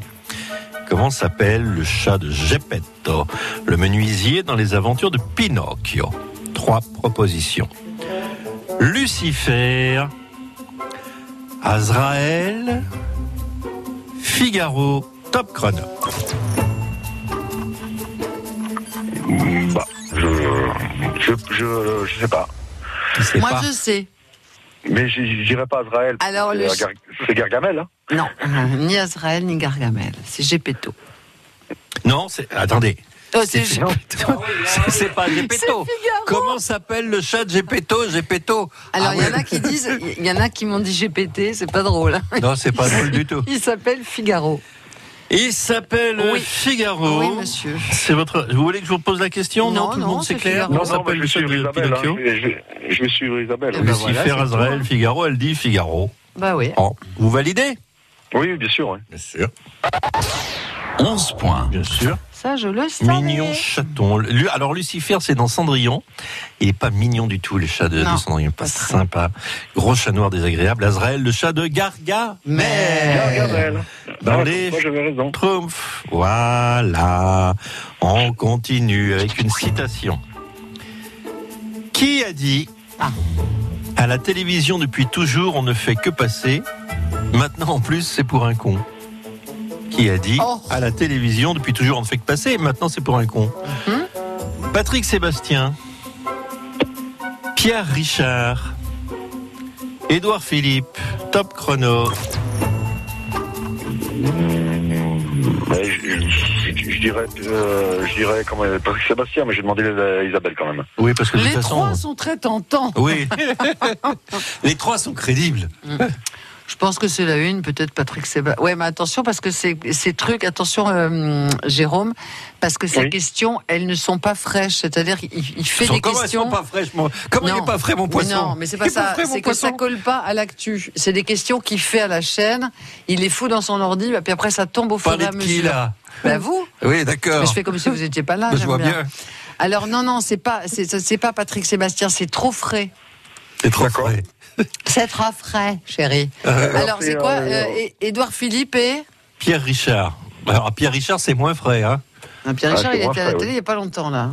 Speaker 2: Comment s'appelle le chat de Geppetto, le menuisier dans les aventures de Pinocchio Trois propositions. Lucifer, Azrael, Figaro, top chrono.
Speaker 6: Mm, Bah, je, je, je, je sais pas.
Speaker 2: Je sais
Speaker 4: Moi,
Speaker 2: pas.
Speaker 4: je sais.
Speaker 6: Mais j'y- j'irai pas à Israël.
Speaker 4: Alors,
Speaker 6: C'est
Speaker 4: le-
Speaker 6: à Gar- c'est Gargamel. Hein
Speaker 4: Non, euh, ni Azrael, ni Gargamel. C'est Gepetto.
Speaker 2: Non, c'est- attendez.
Speaker 4: Oh,
Speaker 2: C'est
Speaker 4: c'est
Speaker 2: Figaro. (laughs) C'est- C'est pas Geppetto. Comment s'appelle le chat de Geppetto Geppetto.
Speaker 4: Alors,
Speaker 2: Ah
Speaker 4: il y
Speaker 2: oui.
Speaker 4: en a qui disent, il y en a qui m'ont dit GPT, c'est pas drôle. (laughs) hein.
Speaker 2: Non, c'est pas drôle du tout.
Speaker 4: Il s'appelle Figaro.
Speaker 2: Il s'appelle
Speaker 4: Oui.
Speaker 2: Figaro.
Speaker 4: Oui, monsieur.
Speaker 2: C'est votre. Vous voulez que je vous pose la question
Speaker 4: Non,
Speaker 2: tout le
Speaker 4: non,
Speaker 2: monde c'est
Speaker 4: c'est
Speaker 2: clair.
Speaker 4: Figaro.
Speaker 2: Comment
Speaker 4: Non,
Speaker 6: bah,
Speaker 2: s'appelle
Speaker 6: je
Speaker 2: le
Speaker 6: vais
Speaker 2: chat
Speaker 6: suivre
Speaker 2: de
Speaker 6: Isabelle. hein.
Speaker 2: Pinocchio Ah, bah,
Speaker 6: Je, vais, je vais- je vais suivre Isabelle.
Speaker 4: Eh ben,
Speaker 2: Lucifer,
Speaker 4: voilà, c'est tout,
Speaker 2: Azraël,
Speaker 4: hein.
Speaker 2: Figaro, elle dit Figaro.
Speaker 4: Bah oui.
Speaker 2: Oh, Vous validez
Speaker 6: Oui, bien sûr. ouais.
Speaker 2: Bien sûr.
Speaker 1: 11 points,
Speaker 2: Bien sûr.
Speaker 4: Ça, je le savais.
Speaker 2: Mignon chaton. Lu- Alors Lucifer, c'est dans Cendrillon. Il est pas mignon du tout, le chat de, de
Speaker 4: Non,
Speaker 2: Cendrillon. Pas,
Speaker 4: pas très.
Speaker 2: sympa. Gros chat noir désagréable. Azrael, le chat de Garga.
Speaker 6: Gargamel.
Speaker 2: Euh, Dans
Speaker 6: Ah,
Speaker 2: les
Speaker 6: comme quoi, j'avais raison.
Speaker 2: Trumpf. Voilà. On continue avec une citation. Qui a dit
Speaker 4: Ah.
Speaker 2: à la télévision depuis toujours on ne fait que passer. Maintenant en plus c'est pour un con. Qui a dit
Speaker 4: Oh.
Speaker 2: à la télévision depuis toujours on ne fait que passer. Maintenant c'est pour un con.
Speaker 4: Mm-hmm.
Speaker 2: Patrick Sébastien, Pierre Richard, Édouard Philippe, Top Chrono.
Speaker 6: Ouais, je, je- je dirais, euh, je dirais comment, Patrick Sébastien, mais j'ai demandé à Isabelle quand même.
Speaker 2: Oui parce que de
Speaker 4: Les
Speaker 2: toute façon.
Speaker 4: trois sont très tentants.
Speaker 2: Oui. (laughs) Les trois sont crédibles.
Speaker 4: Je pense que c'est la une, peut-être Patrick Sébastien. Ouais, mais attention parce que ces, ces trucs, attention euh, Jérôme, parce que ces
Speaker 6: Oui.
Speaker 4: questions, elles ne sont pas fraîches. C'est-à-dire, il, il fait
Speaker 2: Ils sont-
Speaker 4: des
Speaker 2: comment ils
Speaker 4: questions.
Speaker 2: sont pas fraîches, mon... Comment il
Speaker 4: Non.
Speaker 2: n'est pas frais, mon poisson
Speaker 4: Non, mais c'est pas
Speaker 2: Il est
Speaker 4: ça.
Speaker 2: frais, mon
Speaker 4: C'est que
Speaker 2: poisson.
Speaker 4: ça colle pas à l'actu. C'est des questions qu'il fait à la chaîne. Il est fou dans son ordi, bah, puis après ça tombe au fur et
Speaker 2: Parlez
Speaker 4: à
Speaker 2: de qui,
Speaker 4: mesure.
Speaker 2: là
Speaker 4: Bah, vous.
Speaker 2: Oui,
Speaker 4: Mais
Speaker 2: d'accord.
Speaker 4: je fais comme si vous n'étiez pas là.
Speaker 2: (laughs) Bah, je
Speaker 4: j'aime
Speaker 2: vois bien.
Speaker 4: Alors non, non, c'est pas, c'est c'est pas Patrick Sébastien, c'est trop frais.
Speaker 2: C'est trop
Speaker 6: D'accord.
Speaker 2: frais.
Speaker 4: C'est trop frais, chérie. Alors c'est quoi
Speaker 6: euh,
Speaker 4: Edouard Philippe et
Speaker 2: Pierre Richard. Alors, Pierre Richard, c'est moins frais. Hein
Speaker 4: Ah, Pierre
Speaker 6: Ah,
Speaker 4: Richard,
Speaker 6: c'est
Speaker 4: il était
Speaker 6: moi,
Speaker 4: à la
Speaker 6: frère,
Speaker 4: télé
Speaker 6: oui.
Speaker 4: il n'y a pas longtemps là.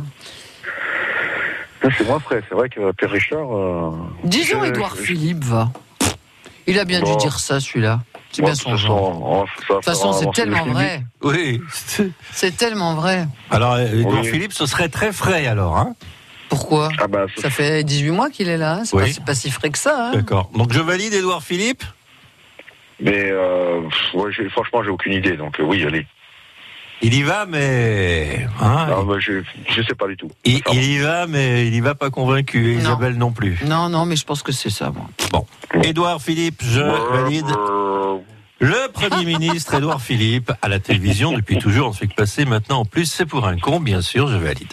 Speaker 6: Ça, C'est moi, frère. C'est vrai que Pierre Richard. euh,
Speaker 4: Disons
Speaker 6: je-
Speaker 4: Édouard
Speaker 6: je-
Speaker 4: Philippe va. Il a bien
Speaker 6: Bon.
Speaker 4: dû dire ça celui-là. C'est
Speaker 6: Bon,
Speaker 4: bien
Speaker 6: de
Speaker 4: son
Speaker 6: toute
Speaker 4: genre.
Speaker 6: façon, on va- oh, ça
Speaker 4: De
Speaker 6: va
Speaker 4: toute façon,
Speaker 6: faire
Speaker 4: c'est
Speaker 6: avancer
Speaker 4: tellement
Speaker 6: les
Speaker 4: vrai.
Speaker 2: oui. (laughs)
Speaker 4: C'est tellement vrai.
Speaker 2: Alors, euh, Édouard
Speaker 6: Oui.
Speaker 2: Philippe, ce serait très frais, alors. Hein
Speaker 4: Pourquoi
Speaker 6: Ah bah, ça,
Speaker 4: Ça fait 18 mois qu'il est là. hein. C'est
Speaker 2: Oui.
Speaker 4: pas- c'est pas, si frais que ça. hein.
Speaker 2: D'accord. Donc, je valide Édouard Philippe
Speaker 6: mais euh, pff, ouais, j'ai- franchement, j'ai aucune idée. Donc euh, oui, allez.
Speaker 2: Il y va, mais... hein,
Speaker 6: Ah, bah, je, je sais pas du tout.
Speaker 2: il,
Speaker 6: Pardon.
Speaker 2: il y va, mais il y va pas convaincu. Et
Speaker 4: Non.
Speaker 2: Isabelle non plus.
Speaker 4: Non, non, mais je pense que c'est ça, moi.
Speaker 2: Édouard Philippe, je valide.
Speaker 6: Euh,
Speaker 2: Le Premier
Speaker 4: (laughs)
Speaker 2: ministre Édouard Philippe, à la télévision depuis toujours, on ne fait que passer. Maintenant, en plus, c'est pour un con, bien sûr, je valide.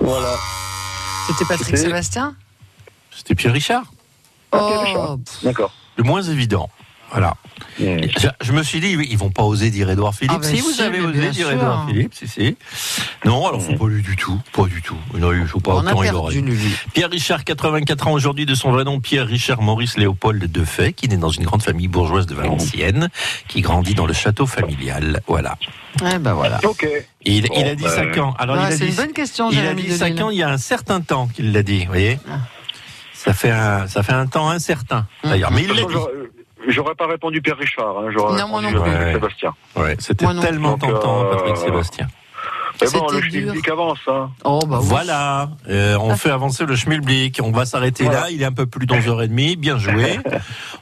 Speaker 6: Voilà.
Speaker 4: C'était Patrick
Speaker 6: C'était-
Speaker 4: Sébastien
Speaker 2: C'était Pierre Richard
Speaker 4: Oh, pff,
Speaker 6: D'accord.
Speaker 2: Le moins évident. Voilà. Je, je me suis dit, oui, ils vont pas oser dire Édouard Philippe.
Speaker 4: Ah ben
Speaker 2: si, vous
Speaker 4: si,
Speaker 2: avez
Speaker 4: mais
Speaker 2: osé
Speaker 4: bien
Speaker 2: dire
Speaker 4: sûr.
Speaker 2: Édouard Philippe, si, si. Non, alors, faut pas lui du tout, pas du tout. Non, il faut pas
Speaker 4: On a
Speaker 2: autant il
Speaker 4: perdu,
Speaker 2: aurait.
Speaker 4: Lulu.
Speaker 2: Pierre Richard, 84 ans aujourd'hui, de son vrai nom Pierre Richard Maurice Léopold de Fay, qui naît dans une grande famille bourgeoise de Valenciennes, qui grandit dans le château familial. Voilà.
Speaker 4: Eh ben voilà.
Speaker 6: Ok.
Speaker 2: Et il, il
Speaker 6: Bon,
Speaker 2: a dit
Speaker 6: ben.
Speaker 2: 5 ans. Alors,
Speaker 4: Ah,
Speaker 2: il a
Speaker 4: c'est
Speaker 2: dit,
Speaker 4: une bonne question,
Speaker 2: il a
Speaker 4: Jérémy Ah.
Speaker 2: dit
Speaker 4: Delille.
Speaker 2: 5 ans il y a un certain temps qu'il l'a dit, vous voyez ça fait, un, ça fait un temps incertain,
Speaker 4: Mmh.
Speaker 2: d'ailleurs. Mais il l'a
Speaker 6: De toute
Speaker 2: dit.
Speaker 6: façon, j'aurais- J'aurais pas répondu Pierre Richard, hein, j'aurais
Speaker 4: Non, moi
Speaker 6: répondu
Speaker 2: non plus.
Speaker 6: euh,
Speaker 2: Ouais.
Speaker 6: Sébastien.
Speaker 2: Ouais, C'était
Speaker 4: Moi non.
Speaker 2: tellement
Speaker 6: Donc,
Speaker 2: tentant,
Speaker 6: euh,
Speaker 2: Patrick Sébastien.
Speaker 6: Mais bon,
Speaker 4: C'était
Speaker 6: le
Speaker 4: dur.
Speaker 6: public avance. Hein.
Speaker 4: Oh, bah oui. Ah.
Speaker 2: Voilà, euh, on fait avancer le schmilblick. On va s'arrêter
Speaker 6: Voilà.
Speaker 2: là. Il est un peu plus d'11h30. Bien
Speaker 6: (laughs)
Speaker 2: joué.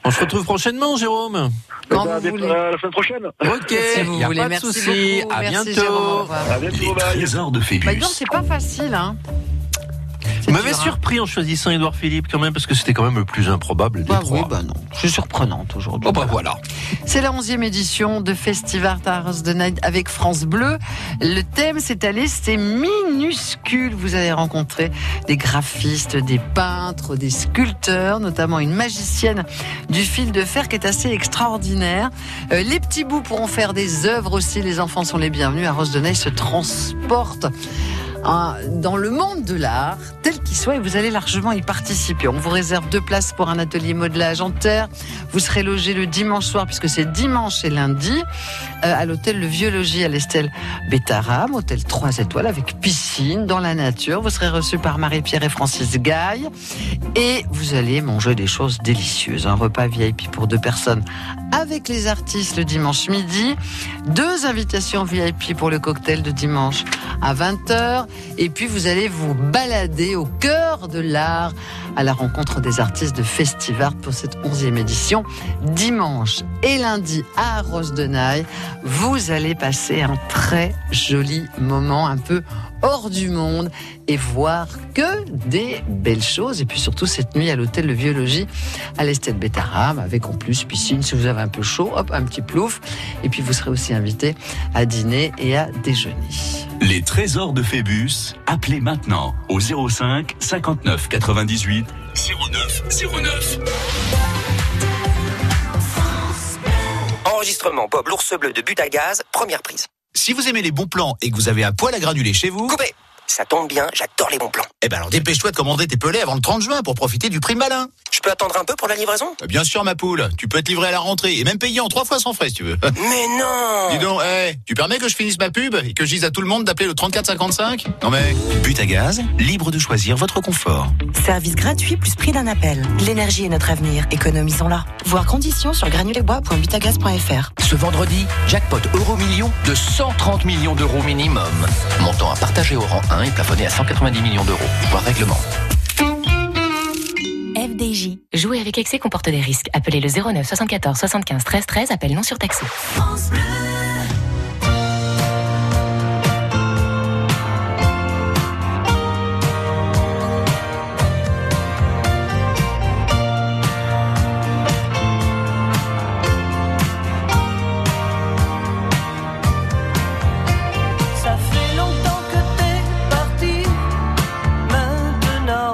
Speaker 2: on se retrouve prochainement, Jérôme.
Speaker 4: Quand
Speaker 6: Eh ben, à
Speaker 4: vous
Speaker 6: des-
Speaker 4: voulez.
Speaker 6: euh, à la semaine prochaine.
Speaker 2: Ok,
Speaker 4: Si
Speaker 2: il
Speaker 4: vous
Speaker 2: n'y a
Speaker 4: voulez,
Speaker 2: pas de
Speaker 4: merci
Speaker 2: souci.
Speaker 4: beaucoup.
Speaker 2: À
Speaker 4: Merci,
Speaker 2: bientôt.
Speaker 4: Jérôme, au revoir.
Speaker 6: À bientôt,
Speaker 1: Les
Speaker 6: bye.
Speaker 1: trésors de
Speaker 4: Bah,
Speaker 1: Phébus.
Speaker 4: dis donc, c'est pas facile, hein. C'est
Speaker 2: M'avait
Speaker 4: dur, hein.
Speaker 2: surpris en choisissant Édouard Philippe quand même parce que c'était quand même le plus improbable des
Speaker 4: Bah oui,
Speaker 2: trois.
Speaker 4: bah non. C'est surprenante aujourd'hui.
Speaker 2: Oh bah voilà.
Speaker 4: C'est la 11e édition de Festival Taros de Night avec France Bleu. Le thème cette année, c'est minuscule. Vous allez rencontrer des graphistes, des peintres, des sculpteurs, notamment une magicienne du fil de fer qui est assez extraordinaire. Euh, les petits bouts pourront faire des œuvres aussi. Les enfants sont les bienvenus. Arros de Neil se transporte hein, dans le monde de l'art, tel qu'il soit, et vous allez largement y participer. On vous réserve deux places pour un atelier modelage en terre. Vous serez logé le dimanche soir, puisque c'est dimanche et lundi, euh, à l'hôtel Le Vieux Logis à l'Estelle Bétaram, hôtel 3 étoiles avec piscine dans la nature. Vous serez reçu par Marie-Pierre et Francis Gaille. Et vous allez manger des choses délicieuses. Un repas VIP pour deux personnes avec les artistes le dimanche midi. Deux invitations VIP pour le cocktail de dimanche à 20h. Et puis vous allez vous balader au cœur de l'art à la rencontre des artistes de Festivart pour cette 11e édition. Dimanche et lundi à Arros de Naye, vous allez passer un très joli moment un peu hors du monde et voir que des belles choses. Et puis surtout cette nuit à l'hôtel Le Vieux Logis à l'Estette Bétarame avec en plus piscine si vous avez un peu chaud, hop, un petit plouf. Et puis vous serez aussi invité à dîner et à déjeuner.
Speaker 1: Les trésors de Phébus, appelez maintenant au 05 59 98 09 09.
Speaker 11: Enregistrement Bob l'ours bleu de but à gaz, première prise.
Speaker 12: Si vous aimez les bons plans et que vous avez un poil à granuler chez vous,
Speaker 11: Coupé Ça tombe bien, j'adore les bons plans.
Speaker 12: eh ben alors dépêche-toi de commander tes pelés avant le 30 juin pour profiter du prix malin. Euh,
Speaker 11: Je peux attendre un peu pour la
Speaker 2: (laughs)
Speaker 11: livraison
Speaker 12: Bien sûr, ma poule, tu peux te livrer à la rentrée et même payer en trois fois sans frais si tu veux.
Speaker 2: Ah.
Speaker 11: Mais non
Speaker 12: (laughs) Dis donc, hey, tu permets que je finisse ma pub et que je dise à tout le monde d'appeler le 3455 Non mais... But à gaz, libre de choisir votre confort.
Speaker 13: Service gratuit plus prix d'un appel. L'énergie est notre avenir, économisons-la. Voir conditions sur granulebois.butagaz.fr.
Speaker 14: Ce vendredi, jackpot euro million de 130 millions d'euros minimum. Montant à partager au rang 1 et plafonné à 190 millions d'euros. Voir règlement.
Speaker 15: FDJ. Jouer avec excès comporte des risques. Appelez le 09 74 75 13 13, appel non surtaxé.
Speaker 5: Ça fait longtemps que t'es parti, maintenant.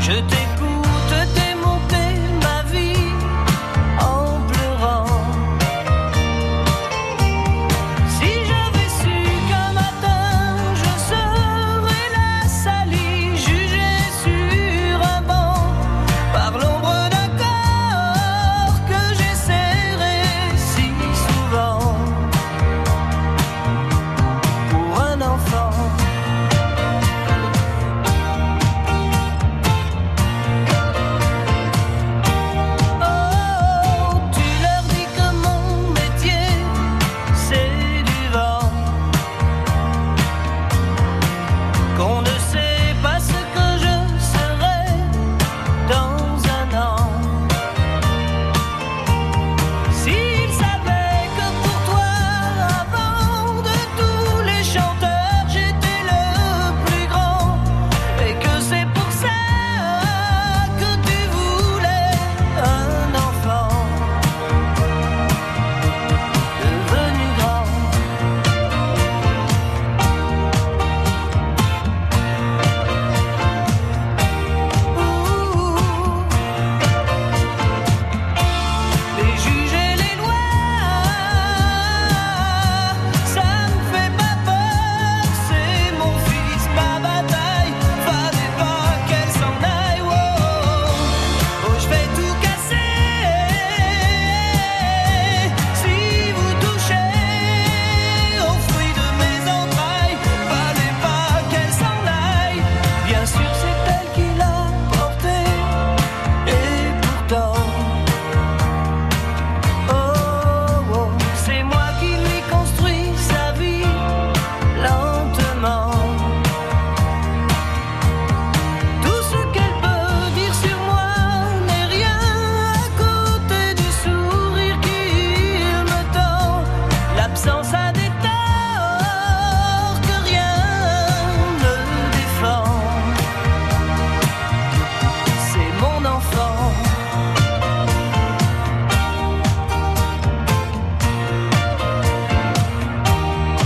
Speaker 5: Je t'écoute démonter ma vie en pleurant. Oh, Oh,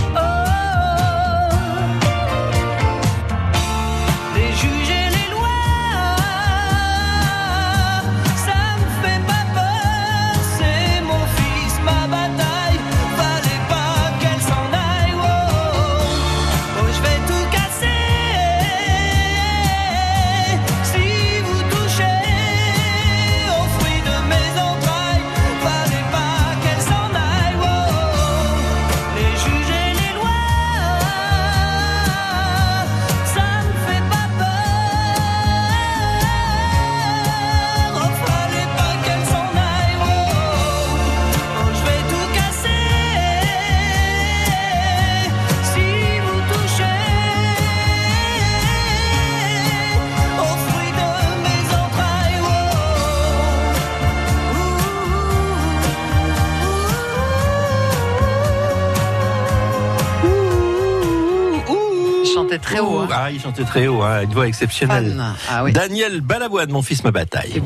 Speaker 5: oh, Oh, oh, oh, Oh, Oh,
Speaker 4: très haut. hein.
Speaker 2: Ah, il chantait très haut, hein, une voix exceptionnelle.
Speaker 4: Fan. Ah
Speaker 2: Daniel Balavoine, mon fils, ma bataille.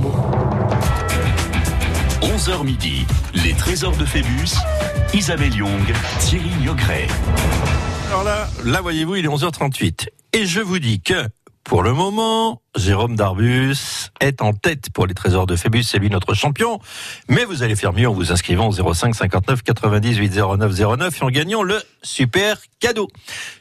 Speaker 1: 11h midi, les trésors de Phébus, Isabelle Young, Thierry Niogret.
Speaker 2: Alors là, là voyez-vous, il est 11h38. Et je vous dis que, pour le moment, Jérôme Darbus est en tête pour les trésors de Phébus, c'est lui notre champion. Mais vous allez faire mieux en vous inscrivant au 05 59 98 09 09 et en gagnant le super cadeau.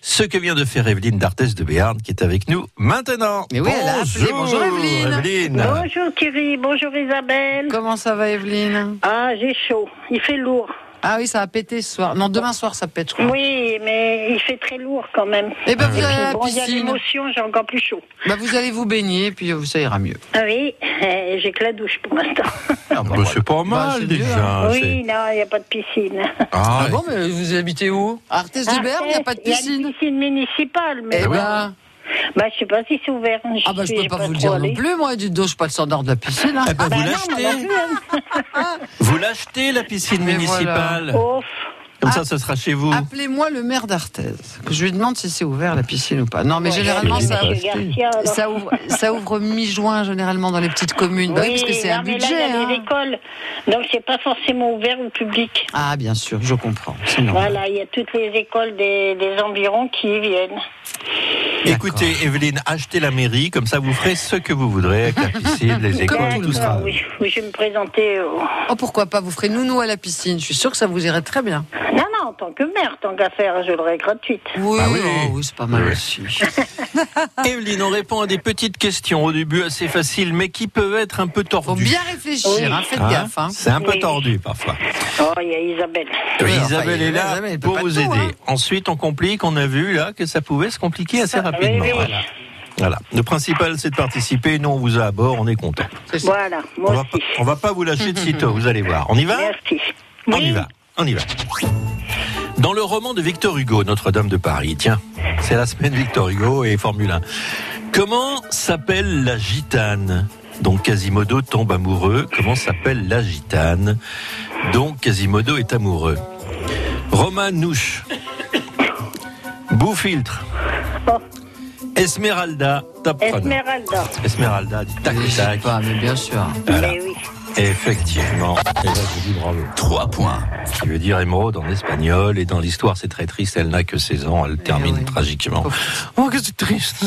Speaker 2: Ce que vient de faire Evelyne d'Artes de Béarn qui est avec nous maintenant.
Speaker 4: Mais oui, elle a appelé. Bonjour, Evelyne.
Speaker 16: Bonjour Thierry, bonjour Isabelle.
Speaker 4: Comment ça va Evelyne
Speaker 16: Ah, j'ai chaud. Il fait lourd.
Speaker 4: Ah oui, ça a pété ce soir. Non, demain soir, ça pète, je crois.
Speaker 16: Oui, mais il fait très lourd quand même.
Speaker 4: Eh ben, vous
Speaker 2: Ah
Speaker 16: puis,
Speaker 4: allez à la
Speaker 16: bon, il y a
Speaker 4: piscine.
Speaker 16: l'émotion, j'ai encore plus chaud.
Speaker 4: Bah, vous allez vous baigner, puis euh, ça ira mieux.
Speaker 16: Ah oui, euh, j'ai que la douche pour l'instant.
Speaker 2: Bah, c'est pas mal déjà. Ah, c'est-
Speaker 16: oui, non, il n'y a pas de piscine.
Speaker 2: Ah,
Speaker 4: bon, mais vous habitez où Artes de Berne, Ah, il n'y a pas de
Speaker 16: Arthès,
Speaker 4: piscine.
Speaker 16: Eh, Il y a une piscine municipale, mais
Speaker 4: Eh
Speaker 16: bon.
Speaker 4: ben.
Speaker 16: Bah, je sais pas si c'est ouvert. hein,
Speaker 4: Ah bah je
Speaker 16: suis-
Speaker 4: peux
Speaker 16: j'ai
Speaker 4: pas vous
Speaker 16: trop
Speaker 4: le dire
Speaker 16: allé.
Speaker 4: non plus, moi, du dos, je suis pas le standard de la piscine. hein.
Speaker 2: Eh ben, vous
Speaker 16: non,
Speaker 2: l'achetez.
Speaker 16: moi non plus.
Speaker 2: Vous l'achetez, la piscine
Speaker 4: Mais
Speaker 2: municipale.
Speaker 4: voilà. Oh. Ah.
Speaker 2: Comme ça, ce sera chez vous.
Speaker 4: Appelez-moi le maire d'Arthez, que je lui demande si c'est ouvert la piscine ou pas. Non, mais
Speaker 16: Ouais,
Speaker 4: généralement,
Speaker 16: j'ai
Speaker 4: ça,
Speaker 16: vu Monsieur Garcia, alors.
Speaker 4: ça ouvre, ça ouvre mi-juin, généralement, dans les petites communes. Bah oui, parce que c'est
Speaker 16: non,
Speaker 4: un
Speaker 16: mais
Speaker 4: budget.
Speaker 16: Là, il y a des
Speaker 4: hein.
Speaker 16: écoles, donc c'est pas forcément ouvert au public.
Speaker 4: Ah, bien sûr, je comprends. c'est
Speaker 2: Ah.
Speaker 4: normal.
Speaker 16: Voilà, il y a toutes les écoles des, des environs qui y viennent.
Speaker 2: Écoutez, Evelyne, achetez la mairie, comme ça vous ferez ce que vous voudrez avec la piscine, les écoles, tout
Speaker 16: D'accord,
Speaker 2: ça.
Speaker 16: oui, oui, je vais me présenter. au-
Speaker 4: Oh, pourquoi pas, vous ferez nounou à la piscine. Je suis sûre que ça vous irait très bien.
Speaker 2: Bah
Speaker 16: Non, non, en tant que mère, tant qu'à faire, je l'aurai gratuite.
Speaker 4: Oui,
Speaker 2: Ah oui.
Speaker 4: oh, oui, c'est pas mal aussi.
Speaker 2: Evelyne, on répond à des petites questions au début assez faciles, mais qui peuvent être un peu
Speaker 4: Faut
Speaker 2: tordues.
Speaker 4: bien réfléchir, hein, faites
Speaker 2: Hein
Speaker 4: gaffe. hein.
Speaker 2: C'est un peu
Speaker 16: Oui.
Speaker 2: tordu parfois.
Speaker 16: Oh, il y a Isabelle.
Speaker 4: Oui, enfin,
Speaker 2: Isabelle est là
Speaker 4: Isabelle, elle peut
Speaker 2: pour
Speaker 4: pas
Speaker 2: vous
Speaker 4: tout,
Speaker 2: aider.
Speaker 4: hein.
Speaker 2: Ensuite, on complique. On a vu là que ça pouvait se compliquer assez rapidement.
Speaker 16: oui.
Speaker 2: Voilà. Voilà. Le principal, c'est de participer. Nous, on vous a à bord. On est content.
Speaker 16: Voilà,
Speaker 2: On
Speaker 16: moi
Speaker 2: va, pas, on va pas vous lâcher de sitôt. Vous allez voir. On y va.
Speaker 16: Merci.
Speaker 2: On y va, on y va. Dans le roman de Victor Hugo, Notre-Dame de Paris, tiens, c'est la semaine Victor Hugo et Formule 1. Comment s'appelle la gitane dont Quasimodo tombe amoureux Comment s'appelle la gitane dont Quasimodo est amoureux Romain Nouche, Boufiltre, Esmeralda, top chrono.
Speaker 16: Esmeralda.
Speaker 2: Esmeralda, dit tac, tac.
Speaker 4: Pas, mais bien sûr.
Speaker 2: Voilà.
Speaker 16: Mais oui.
Speaker 2: Effectivement. Et là, je vous dis bravo.
Speaker 1: 3 points.
Speaker 2: Ce qui veut dire émeraude en espagnol. Et dans l'histoire, c'est très triste. Elle n'a que 16 ans. Elle termine tragiquement. Oh, que c'est triste.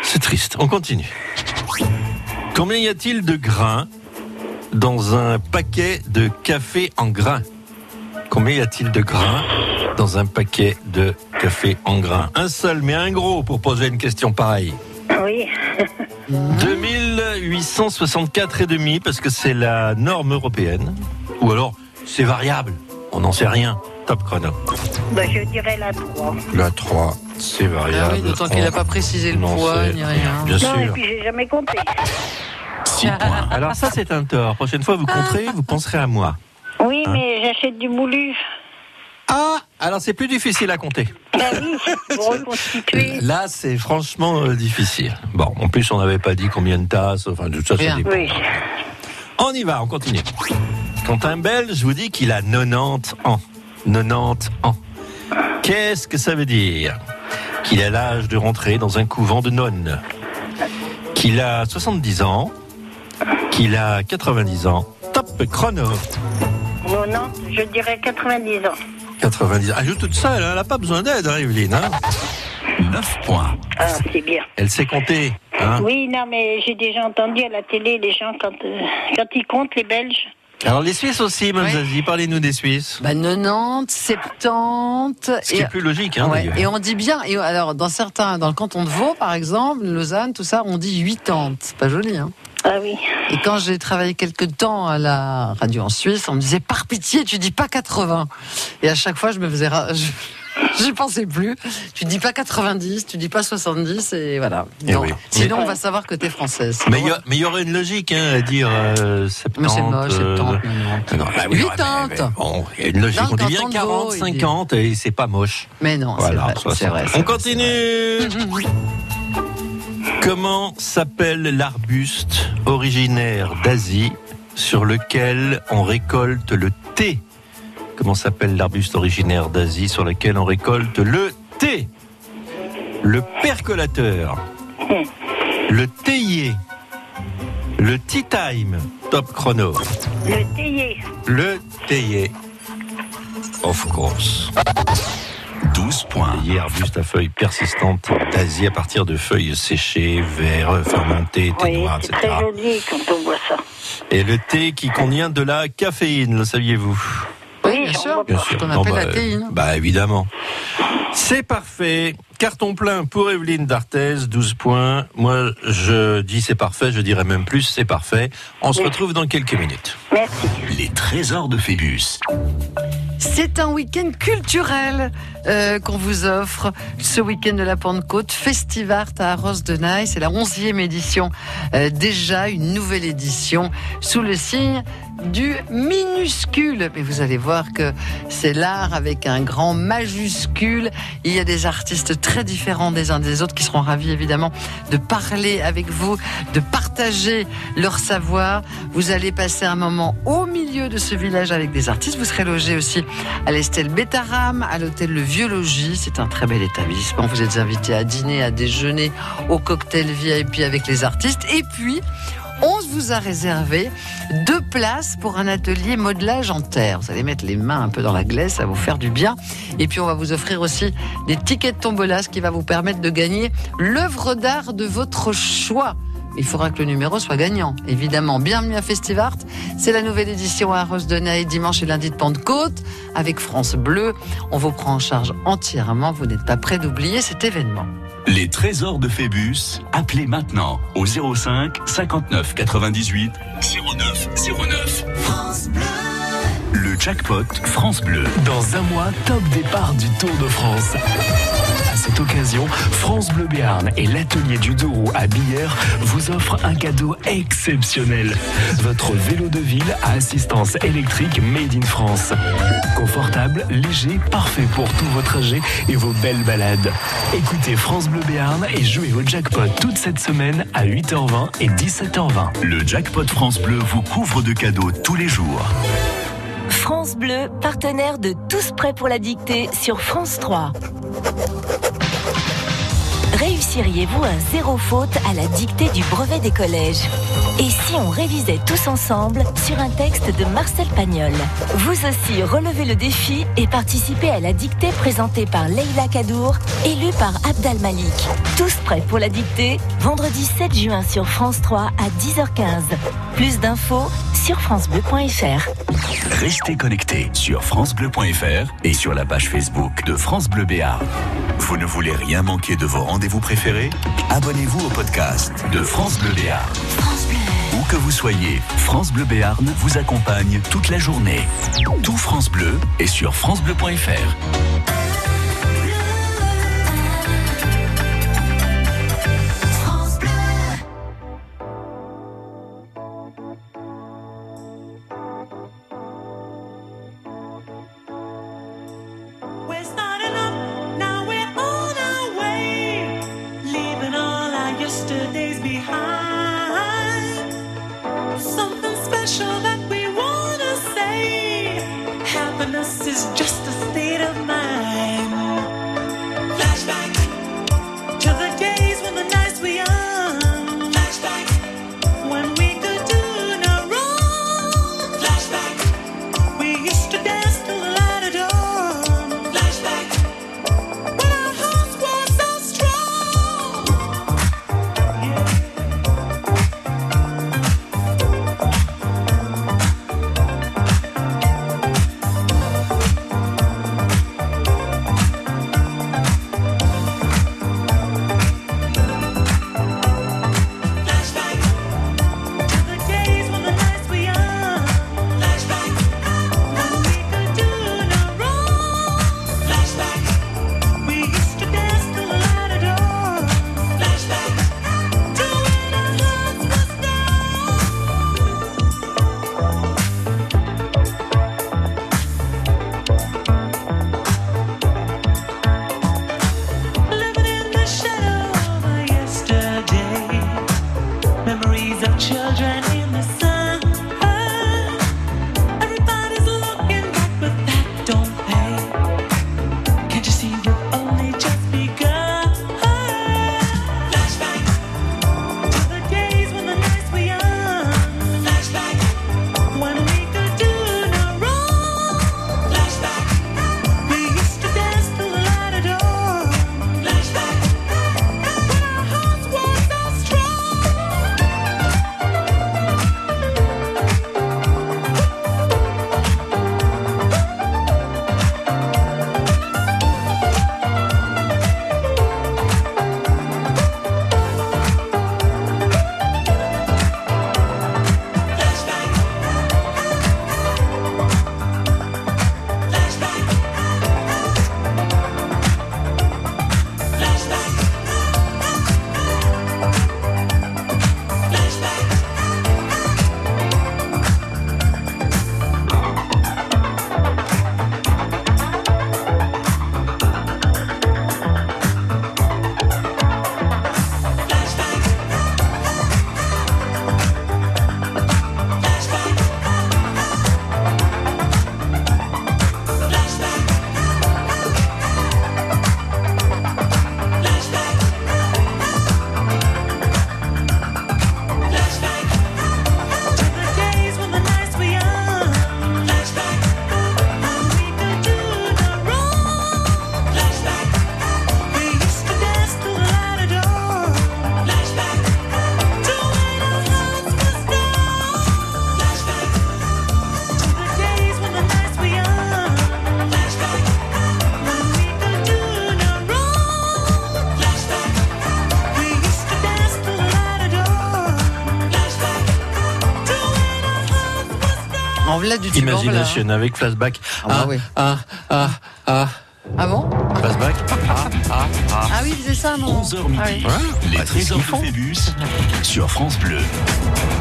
Speaker 2: C'est triste. On continue. Combien y a-t-il de grains dans un paquet de café en grains Combien y a-t-il de grains dans un paquet de café en grains Un seul, mais un gros pour poser une question pareille.
Speaker 16: Oui.
Speaker 2: 2864 et demi parce que c'est la norme européenne. Ou alors, c'est variable. On n'en sait rien. Top chrono.
Speaker 16: Bah, je dirais la 3.
Speaker 2: La 3, c'est
Speaker 4: Ah
Speaker 2: variable.
Speaker 4: oui, d'autant qu'il n'a pas précisé le
Speaker 2: Non,
Speaker 4: poids
Speaker 2: c'est-
Speaker 4: ni rien.
Speaker 2: Bien
Speaker 16: Non, et
Speaker 2: sûr.
Speaker 16: puis j'ai jamais compté.
Speaker 1: 6 points.
Speaker 2: Alors ça, c'est un tort. Prochaine fois, vous
Speaker 16: Ah.
Speaker 2: compterez, vous penserez à moi.
Speaker 16: Oui,
Speaker 2: Hein
Speaker 16: mais j'achète du moulu.
Speaker 2: Ah, alors c'est plus difficile à compter.
Speaker 16: Bah oui, pour reconstituer.
Speaker 2: Là, c'est franchement euh, difficile. Bon, en plus, on n'avait pas dit combien de tasses. Enfin, tout ça, ça
Speaker 4: Rien.
Speaker 2: dépend.
Speaker 16: Oui.
Speaker 2: On y va, on continue. Quand un Belge vous dit qu'il a 90 ans, 90 ans, qu'est-ce que ça veut dire Qu'il a l'âge de rentrer dans un couvent de nonnes, qu'il a 70 ans, qu'il a 90 ans. Top chrono
Speaker 16: Non, non, je dirais 90 ans.
Speaker 2: 90 ans. Elle joue toute seule, hein, elle n'a pas besoin d'aide, hein, Evelyne. hein.
Speaker 1: 9 points.
Speaker 16: Ah, c'est bien.
Speaker 2: elle sait compter. hein.
Speaker 16: Oui, non, mais j'ai déjà entendu à la télé les gens, quand, euh, quand ils comptent, les Belges.
Speaker 2: Alors les Suisses aussi, Mme
Speaker 4: Oui.
Speaker 2: Zazie, parlez-nous des Suisses.
Speaker 4: Bah, 90, 70.
Speaker 2: Ce qui
Speaker 4: et-
Speaker 2: est plus logique, hein,
Speaker 4: Ouais,
Speaker 2: d'ailleurs.
Speaker 4: et on dit bien, et alors dans certains, dans le canton de Vaud par exemple, Lausanne, tout ça, on dit 80. C'est pas joli. Hein
Speaker 16: Ah oui.
Speaker 4: et quand j'ai travaillé quelques temps à la radio en Suisse, on me disait par pitié, tu dis pas 80. Et à chaque fois, je me faisais. ra- (laughs) Je... J'y pensais plus. Tu dis pas 90, tu dis pas 70, et voilà.
Speaker 2: Eh
Speaker 4: Donc,
Speaker 2: oui.
Speaker 4: Sinon, on va savoir que t'es française.
Speaker 2: Mais il y a- mais il y, aurait une logique hein, à dire euh, 70.
Speaker 4: Mais c'est moche,
Speaker 2: euh,
Speaker 4: 70, 90.
Speaker 2: non, bah oui,
Speaker 4: Huit
Speaker 2: ouais, mais-
Speaker 4: teintes.
Speaker 2: mais bon, il y a une logique.
Speaker 4: Dans le
Speaker 2: On dit bien
Speaker 4: canton de Vaud,
Speaker 2: 40,
Speaker 4: il dit.
Speaker 2: 50 et c'est pas moche.
Speaker 4: Mais non, c'est
Speaker 2: Voilà,
Speaker 4: vrai,
Speaker 2: ça,
Speaker 4: c'est vrai.
Speaker 2: On continue. Comment s'appelle l'arbuste originaire d'Asie sur lequel on récolte le thé Comment s'appelle l'arbuste originaire d'Asie sur lequel on récolte le thé le percolateur, le théier, le tea time, top chrono.
Speaker 16: Le théier.
Speaker 2: Le théier. Of course. 12 points. Hier, arbuste à feuilles persistantes, tasie à partir de feuilles séchées, verts, fermentées, thé
Speaker 16: Oui,
Speaker 2: noir,
Speaker 16: c'est
Speaker 2: etc.
Speaker 16: très joli quand on voit ça.
Speaker 2: Et le thé qui contient de la caféine, le saviez-vous
Speaker 4: Oui, bien sûr.
Speaker 2: Bien sûr.
Speaker 4: Qu'on
Speaker 2: Non,
Speaker 4: appelle la
Speaker 2: bah,
Speaker 4: théine.
Speaker 2: euh, Bah évidemment. C'est parfait. Carton plein pour Evelyne d'Arthez, 12 points. Moi, je dis c'est parfait, je dirais même plus, c'est parfait. On se retrouve dans quelques minutes.
Speaker 16: Merci.
Speaker 1: Les trésors de Phébus.
Speaker 4: C'est un week-end culturel euh, qu'on vous offre ce week-end de la Pentecôte, Festivart à Arros de Naï. C'est la 11e édition, euh, déjà une nouvelle édition sous le signe du minuscule. Mais vous allez voir que c'est l'art avec un grand majuscule. Il y a des artistes très différents des uns des autres qui seront ravis évidemment de parler avec vous, de partager leur savoir. Vous allez passer un moment au milieu de ce village avec des artistes. Vous serez logé aussi à l'Estelle Bétaram, à l'hôtel Le Vieux Logis. C'est un très bel établissement. Vous êtes invités à dîner, à déjeuner, au cocktail VIP avec les artistes. Et puis, on vous a réservé deux places pour un atelier modelage en terre. Vous allez mettre les mains un peu dans la glace, ça va vous faire du bien. Et puis on va vous offrir aussi des tickets de tombola, ce qui va vous permettre de gagner l'œuvre d'art de votre choix. Il faudra que le numéro soit gagnant, évidemment. Bienvenue à Festivart. C'est la nouvelle édition à Arros de Naï, dimanche et lundi de Pentecôte, avec France Bleu. On vous prend en charge entièrement. Vous n'êtes pas prêt d'oublier cet événement.
Speaker 1: Les trésors de Phébus, appelez maintenant au 05 59 98 09 09.
Speaker 5: France
Speaker 1: Le jackpot France Bleu.
Speaker 8: Dans un mois, top départ du Tour de France. À cette occasion, France Bleu Béarn et l'atelier du Douro à Billère vous offrent un cadeau exceptionnel. Votre vélo de ville à assistance électrique Made in France. Confortable, léger, parfait pour tous vos trajets et vos belles balades. Écoutez France Bleu Béarn et jouez au jackpot toute cette semaine à 8h20 et 17h20.
Speaker 1: Le jackpot France Bleu vous couvre de cadeaux tous les jours.
Speaker 17: France Bleu, partenaire de Tous prêts pour la dictée sur France 3. Réussiriez-vous un zéro faute à la dictée du brevet des collèges Et si on révisait tous ensemble sur un texte de Marcel Pagnol Vous aussi relevez le défi et participez à la dictée présentée par Leila Kadour, élue par Abdal Malik. Tous prêts pour la dictée, vendredi 7 juin sur France 3 à 10h15. Plus d'infos sur francebleu.fr.
Speaker 1: Restez connectés sur FranceBleu.fr et sur la page Facebook de France Bleu Béarn. Vous ne voulez rien manquer de vos rendez-vous préférés Abonnez-vous au podcast de France Bleu Béarn. Où que vous soyez, France Bleu Béarn vous accompagne toute la journée. Tout France Bleu est sur FranceBleu.fr.
Speaker 5: We're starting up, now we're on our way, leaving all our yesterdays behind. Something special that we wanna say. Happiness is just a state of mind. Flashback to the days when the nights were young. Flashback when we could do no wrong. Flashback. We used to dance till the light of dawn. Flashback. When our hearts were so strong.
Speaker 4: En voilà du tube, en voilà.
Speaker 2: Imagination avec flashback. Ah, ah, ah, ah.
Speaker 4: hein. Ah bon
Speaker 2: Flashback. Ah, ah, ah.
Speaker 4: Ah oui, il faisait ça, non Ah
Speaker 1: 11h midi. Les trésors de Phébus sur France Bleu.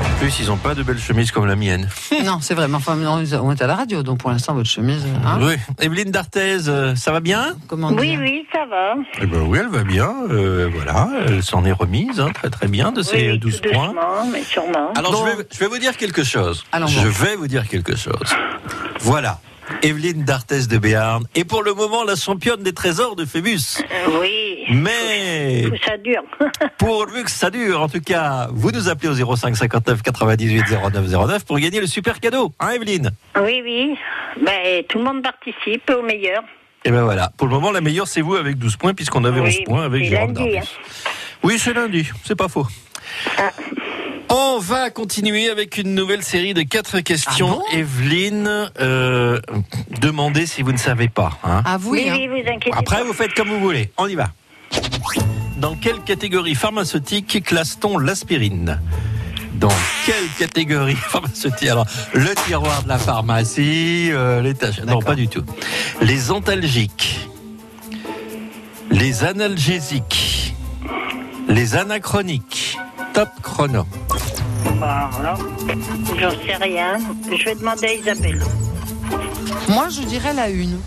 Speaker 2: En plus, ils n'ont pas de belles chemises comme la mienne.
Speaker 4: Non, c'est vrai, mais enfin, non, on est à la radio, donc pour l'instant, votre chemise. hein
Speaker 8: Ah.
Speaker 2: oui. Evelyne D'Arthez, euh, ça va bien
Speaker 4: Comment
Speaker 16: Oui,
Speaker 4: dire
Speaker 16: oui, ça va.
Speaker 2: Eh ben oui, elle va bien. euh, voilà, elle s'en est remise hein, très très bien de
Speaker 16: Oui,
Speaker 2: ces
Speaker 16: oui,
Speaker 2: 12
Speaker 16: tout
Speaker 2: points.
Speaker 16: doucement, mais sûrement.
Speaker 2: Alors, je, vais, je vais vous dire quelque chose.
Speaker 16: Alors, bon.
Speaker 2: je vais vous dire quelque chose. Voilà. Evelyne D'Arthez de Béarn est pour le moment la championne des trésors de Phébus.
Speaker 16: Euh, Oui,
Speaker 2: Mais
Speaker 16: tout ça dure. (laughs)
Speaker 2: pourvu que ça dure, en tout cas, vous nous appelez au 05 59 98 09 09 pour gagner le super cadeau, hein Evelyne
Speaker 16: Oui, oui. Ben, tout le monde participe au meilleur.
Speaker 2: Et ben voilà, pour le moment la meilleure c'est vous avec 12 points puisqu'on avait 11
Speaker 16: Oui,
Speaker 2: points avec
Speaker 16: c'est
Speaker 2: Jérôme
Speaker 16: lundi, hein.
Speaker 2: Darmanin. Oui, c'est lundi, c'est pas faux. On va continuer avec une nouvelle série de quatre
Speaker 8: Ah
Speaker 2: questions. Evelyne, euh, demandez si vous ne savez pas. hein.
Speaker 4: Ah, vous,
Speaker 16: oui,
Speaker 4: hein.
Speaker 16: oui, vous inquiétez
Speaker 2: Après,
Speaker 16: pas.
Speaker 2: vous faites comme vous voulez. On y va. Dans quelle catégorie pharmaceutique classe-t-on l'aspirine Dans quelle catégorie (laughs) pharmaceutique Alors, le tiroir de la pharmacie, euh, l'étagère. Non, pas du tout. Les antalgiques, les analgésiques, les anachroniques. Top chrono.
Speaker 16: Bah, alors, j'en sais rien. Je vais demander à Isabelle.
Speaker 4: Moi, je dirais la une.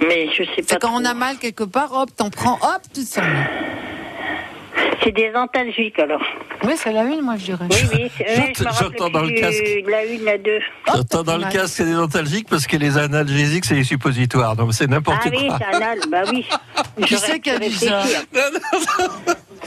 Speaker 16: Mais je sais pas.
Speaker 4: C'est quand on a mal quelque part, hop, t'en prends, hop, tu te sens. mieux.
Speaker 16: C'est des antalgiques, alors.
Speaker 4: Oui, c'est la une, moi, je dirais.
Speaker 16: Oui, oui, c'est-
Speaker 2: (laughs)
Speaker 16: oui, je me
Speaker 2: J'entends-
Speaker 16: rappelle
Speaker 2: j'entends dans le
Speaker 16: plus
Speaker 2: casque.
Speaker 16: de La une, la deux.
Speaker 2: J'entends dans le
Speaker 16: mal.
Speaker 2: casque, c'est des antalgiques parce que les analgésiques, c'est les suppositoires. Donc, c'est n'importe
Speaker 16: Ah
Speaker 2: quoi.
Speaker 16: oui, c'est anal, bah
Speaker 2: (laughs)
Speaker 16: oui.
Speaker 4: Qui
Speaker 16: Je
Speaker 4: c'est qui a dit
Speaker 16: reste
Speaker 4: ça
Speaker 16: réfléchir.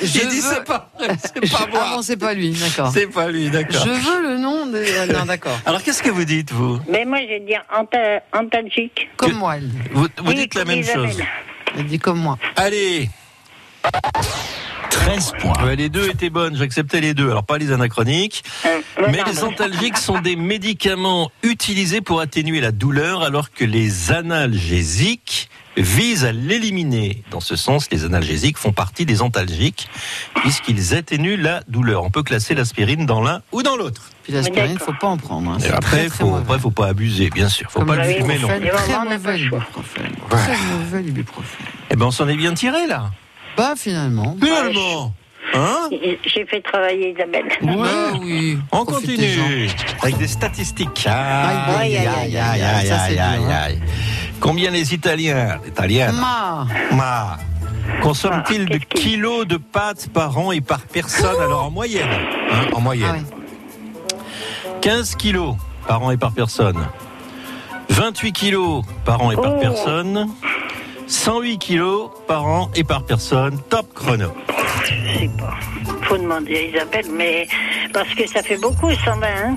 Speaker 4: Je
Speaker 2: Il dit, c'est pas vrai, c'est pas moi.
Speaker 4: (laughs) Ah non, c'est pas lui, d'accord.
Speaker 2: C'est pas lui, d'accord.
Speaker 4: Je veux le nom de... euh, Non, d'accord.
Speaker 2: Alors, qu'est-ce que vous dites, vous
Speaker 16: Mais moi, je vais dire anta- antalgique.
Speaker 4: Comme moi, elle dit.
Speaker 2: Vous, vous
Speaker 16: Oui,
Speaker 2: dites la
Speaker 16: comme
Speaker 2: même
Speaker 16: Isabelle.
Speaker 2: chose.
Speaker 4: Elle dit comme moi.
Speaker 2: Allez 13 points. les deux étaient bonnes, j'acceptais les deux. Alors, pas les anachroniques.
Speaker 16: Hein,
Speaker 2: mais les
Speaker 16: (laughs)
Speaker 2: antalgiques sont des médicaments utilisés pour atténuer la douleur, alors que les analgésiques visent à l'éliminer. Dans ce sens, les analgésiques font partie des antalgiques, puisqu'ils atténuent la douleur. On peut classer l'aspirine dans l'un ou dans l'autre.
Speaker 4: Puis l'aspirine, il faut pas en prendre. hein.
Speaker 2: Et
Speaker 4: C'est
Speaker 2: après,
Speaker 4: très,
Speaker 2: il
Speaker 4: très
Speaker 2: faut,
Speaker 4: mauvais.
Speaker 2: après, faut pas abuser, bien sûr. Faut
Speaker 4: Comme
Speaker 2: pas le
Speaker 4: la
Speaker 2: fumer, non.
Speaker 4: ibuprofène,
Speaker 16: Et vraiment, on
Speaker 4: Très
Speaker 16: n'a pas
Speaker 4: mauvais
Speaker 16: le choix.
Speaker 4: l'ibuprofène. Très mauvais l'ibuprofène.
Speaker 2: Eh ben, on s'en est bien tiré, là.
Speaker 4: Bah, finalement.
Speaker 2: Finalement. Hein?
Speaker 16: J'ai fait travailler Isabelle.
Speaker 4: Bah oui.
Speaker 2: On
Speaker 4: Profitez-en.
Speaker 2: continue avec des statistiques. Aïe, aïe, aïe, aïe, aïe,
Speaker 4: Ça, c'est
Speaker 2: aïe, aïe,
Speaker 4: dur, hein.
Speaker 2: aïe. Combien les Italiens, l'Italienne,
Speaker 4: Ma.
Speaker 2: ma, consomment-ils
Speaker 4: Ah,
Speaker 2: de kilos de pâtes par an et par personne Alors en moyenne, hein, en
Speaker 4: Ah
Speaker 2: moyenne, 15 kilos par an et par personne, 28 kilos par an et par
Speaker 16: Oh.
Speaker 2: personne, 108 kilos par an et par personne. Top chrono.
Speaker 16: Je sais pas. Faut demander à Isabelle, mais parce que ça fait beaucoup, 120. Hein.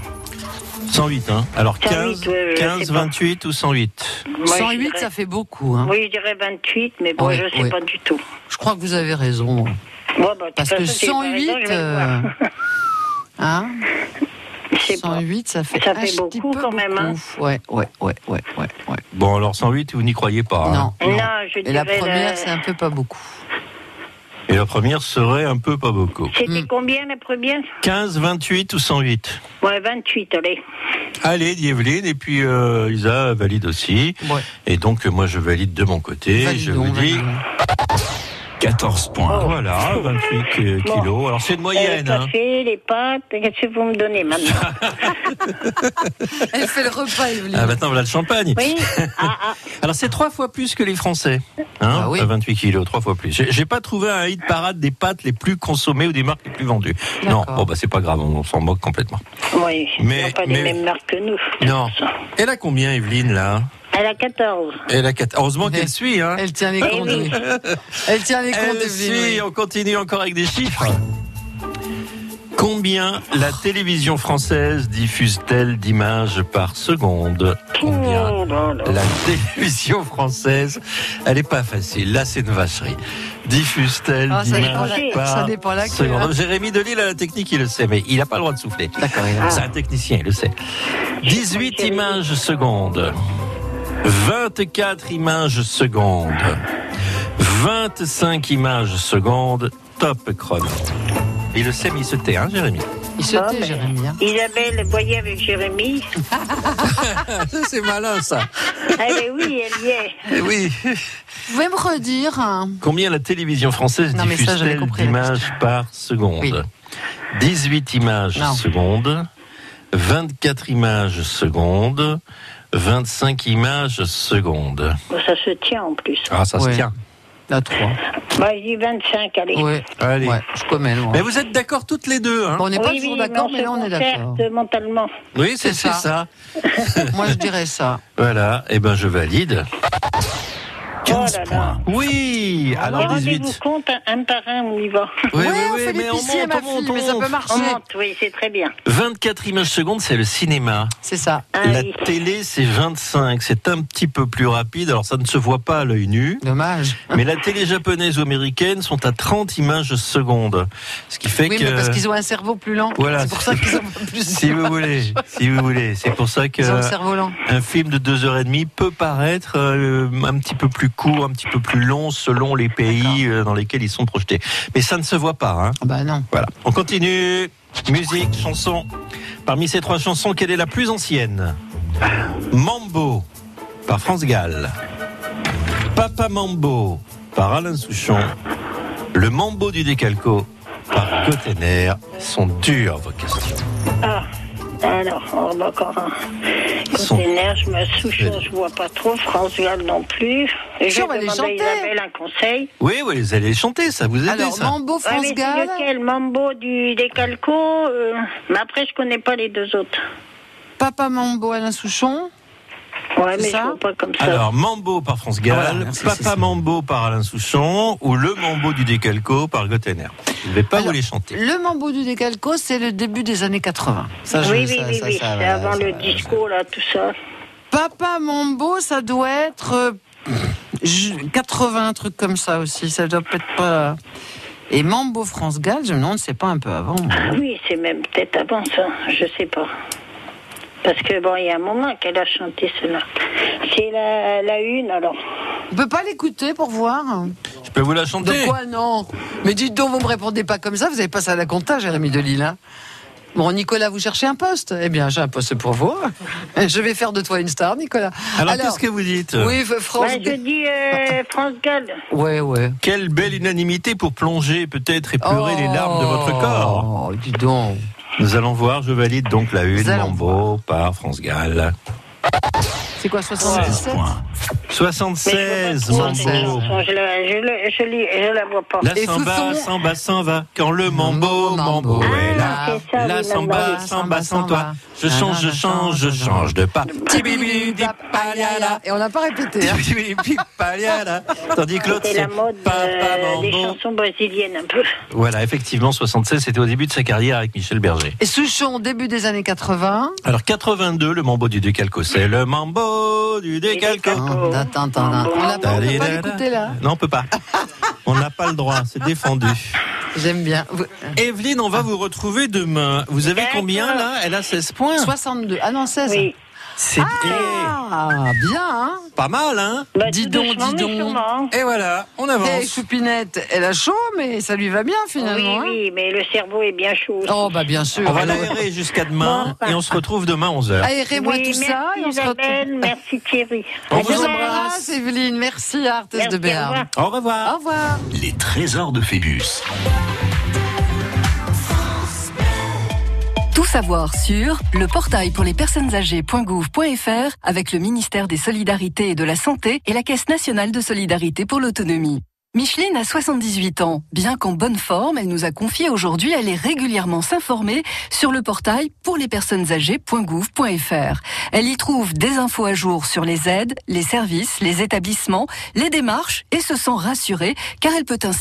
Speaker 2: 108, hein Alors 15,
Speaker 16: 108, ouais, ouais,
Speaker 2: 15,
Speaker 16: c'est pas.
Speaker 2: 28 ou 108
Speaker 16: Moi, je
Speaker 4: 108,
Speaker 16: dirais-
Speaker 4: ça fait beaucoup. hein.
Speaker 16: Oui, je dirais 28, mais bon,
Speaker 4: Oui,
Speaker 16: je sais
Speaker 4: oui.
Speaker 16: pas du tout.
Speaker 4: Je crois que vous avez raison.
Speaker 16: Bon, bah, de toute
Speaker 4: Parce que
Speaker 16: façon, si vous avez
Speaker 4: 108.
Speaker 16: raison, je vais le voir.
Speaker 4: euh, Hein
Speaker 16: Je sais pas.
Speaker 4: 108, ça fait,
Speaker 16: Ça
Speaker 4: un
Speaker 16: fait
Speaker 4: petit
Speaker 16: beaucoup
Speaker 4: peu
Speaker 16: quand même. hein.
Speaker 4: beaucoup. Ouais, ouais, ouais, ouais, ouais. ouais.
Speaker 2: Bon, alors 108, vous n'y croyez pas. hein
Speaker 4: Non, non.
Speaker 16: Non, je
Speaker 4: Et la
Speaker 16: dirais euh,
Speaker 4: première,
Speaker 16: la-
Speaker 4: c'est un peu pas beaucoup.
Speaker 2: Et la première serait un peu pas beaucoup.
Speaker 4: Hmm.
Speaker 16: C'était combien la première
Speaker 2: 15, 28 ou 108
Speaker 16: Ouais, 28, allez.
Speaker 2: Allez, dit Evelyne, et puis euh, Isa valide aussi.
Speaker 4: Ouais.
Speaker 2: Et donc, euh, moi, je valide de mon côté. je
Speaker 4: Validons,
Speaker 2: vous dis
Speaker 4: validons.
Speaker 2: 14 points. Voilà, 28 euh,
Speaker 16: Bon.
Speaker 2: kilos. Alors, c'est une
Speaker 16: Euh, le
Speaker 2: moyenne. hein.
Speaker 16: café, les pâtes, qu'est-ce que vous me donnez
Speaker 2: (laughs)
Speaker 16: maintenant
Speaker 4: Elle fait le repas, Evelyne.
Speaker 2: Ah, maintenant, voilà le champagne.
Speaker 16: Oui ah, ah.
Speaker 2: Alors, c'est trois fois plus que les Français. Hein,
Speaker 4: Ah oui.
Speaker 2: à 28 kilos, trois fois plus. J'ai j'ai pas trouvé un hit parade des pâtes les plus consommées ou des marques les plus vendues. Non,
Speaker 4: D'accord.
Speaker 2: bon, bah, c'est pas grave, on, on s'en moque complètement.
Speaker 16: Oui,
Speaker 2: Mais-
Speaker 16: ils n'ont pas
Speaker 2: mais-
Speaker 16: les mêmes marques que nous.
Speaker 2: Non. Elle a combien, Evelyne, là
Speaker 16: Elle a 14.
Speaker 2: Elle a 14. Heureusement qu'elle suit, hein.
Speaker 4: Elle tient les
Speaker 16: Eh
Speaker 4: comptes.
Speaker 16: oui.
Speaker 4: oui. Elle tient les comptes,
Speaker 2: Elle
Speaker 4: Evelyne.
Speaker 2: suit,
Speaker 4: oui.
Speaker 2: on continue encore avec des chiffres. Combien la télévision française diffuse-t-elle d'images par seconde Combien
Speaker 16: Oh là là.
Speaker 2: la télévision française, elle est pas facile, là c'est une vacherie, diffuse-t-elle
Speaker 4: Ah, ça
Speaker 16: dépend
Speaker 2: d'images
Speaker 16: la-
Speaker 2: par
Speaker 4: ça dépend laquelle,
Speaker 2: seconde
Speaker 4: hein.
Speaker 2: Jérémy Delille à la technique, il le sait, mais il n'a pas le droit de souffler.
Speaker 4: D'accord, il a-
Speaker 2: C'est un technicien, il le sait. 18 images secondes. 24 images secondes. 25 images secondes. Top chrono. Il le sait, mais il se tait, hein, Jérémy
Speaker 4: Il se tait, Jérémy. hein.
Speaker 16: Isabelle voyait avec
Speaker 2: (laughs)
Speaker 16: Jérémy.
Speaker 2: c'est malin, ça.
Speaker 16: Eh oui, elle y est.
Speaker 2: Eh oui.
Speaker 4: Vous pouvez me redire hein
Speaker 2: Combien la télévision française
Speaker 4: Non, mais ça, j'avais
Speaker 2: diffuse-t-elle
Speaker 4: compris la
Speaker 2: d'images par seconde
Speaker 4: Oui.
Speaker 2: 18 images
Speaker 4: Non.
Speaker 2: seconde, 24 images seconde, 25 images seconde.
Speaker 16: Bon, ça se tient en plus.
Speaker 2: Ah, ça se tient.
Speaker 4: La 3.
Speaker 16: Bah, j'ai 25, allez.
Speaker 2: Allez.
Speaker 4: je commets loin.
Speaker 2: Mais vous êtes d'accord toutes les deux, hein
Speaker 4: Bon, on n'est pas
Speaker 16: Oui,
Speaker 4: toujours
Speaker 16: oui,
Speaker 4: d'accord,
Speaker 16: mais
Speaker 4: mais là
Speaker 16: on
Speaker 4: on
Speaker 16: se
Speaker 4: est d'accord.
Speaker 16: concerte mentalement.
Speaker 2: Oui, c'est
Speaker 4: C'est
Speaker 2: c'est ça.
Speaker 4: Moi je dirais ça.
Speaker 2: Voilà, eh ben je valide.
Speaker 16: oh là là.
Speaker 2: Oui,
Speaker 16: Mais
Speaker 2: alors
Speaker 16: rendez-vous
Speaker 2: 18.
Speaker 16: compte, un, un par un, on y va.
Speaker 2: Oui, Ouais, oui, on oui, fait mais les on
Speaker 4: pissiers, monte, ma on monte, fille, on mais ça monte. peut marcher.
Speaker 16: On monte, oui, c'est très bien.
Speaker 2: 24 images secondes, c'est le cinéma.
Speaker 4: C'est ça.
Speaker 2: La télé, c'est 25. C'est un petit peu plus rapide. Alors, ça ne se voit pas à l'œil nu.
Speaker 4: Dommage.
Speaker 2: Mais la télé japonaise ou américaine sont à 30 images secondes. Ce qui fait
Speaker 4: Oui,
Speaker 2: que.
Speaker 4: mais parce qu'ils ont un cerveau plus lent.
Speaker 2: Voilà.
Speaker 4: C'est pour ça qu'ils ont pas plus.
Speaker 2: (laughs) Si vous voulez, si vous voulez, c'est pour ça que
Speaker 4: Ils ont le cerveau lent.
Speaker 2: un film de deux heures et demie peut paraître euh, un petit peu plus court, un petit peu plus long selon les pays euh, dans lesquels ils sont projetés. Mais ça ne se voit pas. Hein.
Speaker 4: Bah non.
Speaker 2: Voilà. On continue. Musique, chanson. Parmi ces trois chansons, quelle est la plus ancienne Mambo par France Gall. Papa Mambo par Alain Souchon. Le Mambo du Décalco par Cotener sont dures vos questions.
Speaker 16: Ah, alors, on va encore un.
Speaker 2: Son-
Speaker 16: Container, je me souche, je vois pas trop. France Gall non plus. Et je
Speaker 4: Sûr, on va
Speaker 16: vais
Speaker 4: les
Speaker 16: demander à
Speaker 4: chanter.
Speaker 16: Isabelle un conseil.
Speaker 2: Oui, oui, vous allez chanter, ça vous aide
Speaker 4: Alors,
Speaker 2: ça.
Speaker 4: Mambo
Speaker 16: Ouais,
Speaker 4: France
Speaker 16: mais c'est
Speaker 4: Gall.
Speaker 16: lequel Mambo du Décalco euh, Mais après, je connais pas les deux autres.
Speaker 4: Papa Mambo Alain Souchon.
Speaker 16: Ouais,
Speaker 4: C'est
Speaker 16: mais
Speaker 4: ça
Speaker 16: je vois pas comme ça.
Speaker 2: Alors, Mambo par France Gall,
Speaker 4: Voilà, merci, c'est
Speaker 2: Papa
Speaker 4: ça.
Speaker 2: Mambo par Alain Souchon ou Le Mambo du Décalco par Gotener. Je ne vais pas vous les chanter.
Speaker 4: Le Mambo du Décalco, c'est le début des années 80. Ça, je-
Speaker 16: oui, oui,
Speaker 4: ça-
Speaker 16: oui,
Speaker 4: ça-
Speaker 16: oui.
Speaker 4: ça-
Speaker 16: c'est
Speaker 4: ça-
Speaker 16: avant
Speaker 4: ça-
Speaker 16: le disco, là, tout ça.
Speaker 4: Papa Mambo, ça doit être euh, je- 80, un truc comme ça aussi. Ça doit peut-être pas. Et Mambo France Gall, je me demande, c'est pas un peu avant.
Speaker 16: Ah Oui, c'est même peut-être avant ça, je sais pas. Parce que bon, il y a un moment qu'elle a chanté cela. C'est la, la une, alors.
Speaker 4: On peut pas l'écouter pour voir. hein.
Speaker 2: Je peux vous la
Speaker 4: De
Speaker 2: chanter
Speaker 4: quoi non Mais dites donc, vous me répondez pas comme ça, vous avez passé à la compta, Jérémy Delille. hein. Bon, Nicolas, vous cherchez un poste Eh bien, j'ai un poste pour vous. (laughs) Je vais faire de toi une star, Nicolas.
Speaker 2: Alors, qu'est-ce que vous dites
Speaker 4: Oui, France.
Speaker 16: Ouais, je dis
Speaker 4: (laughs)
Speaker 16: euh, France Gall.
Speaker 4: Ouais, ouais.
Speaker 2: Quelle belle unanimité pour plonger peut-être et pleurer les larmes de votre corps.
Speaker 4: Oh, dis donc.
Speaker 2: Nous allons voir, je valide donc la une,
Speaker 4: Nous allons
Speaker 2: Mambo par France Gall.
Speaker 4: C'est quoi, 77
Speaker 16: Mais
Speaker 2: 76,
Speaker 16: je vois pas trop cette
Speaker 2: Mambo.
Speaker 16: chanson, Je la, je, la- je, lis- je la vois pas.
Speaker 2: La
Speaker 4: Et
Speaker 2: samba,
Speaker 4: Sousson.
Speaker 2: samba, s'en va. Quand le mambo, mambo est là.
Speaker 16: Ah, c'est ça,
Speaker 2: La
Speaker 16: oui, mambo,
Speaker 2: samba,
Speaker 16: oui.
Speaker 2: samba, sans toi. Je change, je change, je change de pas. (laughs) Tibibidipaliala.
Speaker 4: Et on n'a pas répété. hein.
Speaker 2: Tibibidipaliala. Tandis que l'autre,
Speaker 16: C'est
Speaker 2: c'est
Speaker 16: la mode
Speaker 2: Papa
Speaker 16: euh, des
Speaker 2: Mambo.
Speaker 16: chansons brésiliennes, un peu.
Speaker 2: Voilà, effectivement, 76, c'était au début de sa carrière avec Michel Berger.
Speaker 4: Et Souchon, début des années 80.
Speaker 2: Alors, 82, le mambo du Décalco. C'est le mambo du Décalco.
Speaker 4: Hein, tin, tin, tin, tin. On n'a pas, on peut pas l'écouter là.
Speaker 2: Non, on peut pas. On n'a pas le droit, c'est défendu.
Speaker 4: J'aime bien.
Speaker 2: Evelyne, on va vous retrouver demain. Vous avez combien là Elle a 16 points.
Speaker 4: 62. Ah non, 16.
Speaker 16: Oui.
Speaker 2: C'est
Speaker 4: Ah, bien, hein
Speaker 2: Eh, pas mal, hein
Speaker 16: Bah,
Speaker 4: Dis
Speaker 16: tout
Speaker 4: donc,
Speaker 16: doucement,
Speaker 4: dis
Speaker 16: mais
Speaker 4: donc.
Speaker 16: sûrement.
Speaker 2: Et voilà, on avance.
Speaker 4: Eh, Choupinette, elle a chaud, mais ça lui va bien
Speaker 16: Oui,
Speaker 4: finalement. hein.
Speaker 16: oui, mais le cerveau est bien chaud. aussi.
Speaker 4: Oh, bah bien sûr.
Speaker 2: On va
Speaker 4: Alors,
Speaker 2: l'aérer jusqu'à demain
Speaker 16: Bon.
Speaker 2: et on se retrouve demain 11h.
Speaker 4: Aérez-moi
Speaker 16: Oui,
Speaker 4: tout
Speaker 16: merci
Speaker 4: ça et on se
Speaker 16: Isabelle,
Speaker 4: retrouve.
Speaker 16: merci Thierry.
Speaker 2: On
Speaker 4: On
Speaker 16: À
Speaker 4: vous
Speaker 2: vous
Speaker 16: demain.
Speaker 4: embrasse, Evelyne. Merci, Arthès
Speaker 16: Merci,
Speaker 4: de
Speaker 16: au revoir.
Speaker 4: Béarn.
Speaker 2: Au revoir.
Speaker 4: Au revoir.
Speaker 1: Les trésors de Phébus.
Speaker 18: Tout savoir sur le portail pour les personnes âgées.gouv.fr avec le ministère des Solidarités et de la Santé et la Caisse nationale de solidarité pour l'autonomie. Micheline a 78 ans. Bien qu'en bonne forme, elle nous a confié aujourd'hui aller régulièrement s'informer sur le portail pour les personnes âgées.gouv.fr. Elle y trouve des infos à jour sur les aides, les services, les établissements, les démarches et se sent rassurée car elle peut ainsi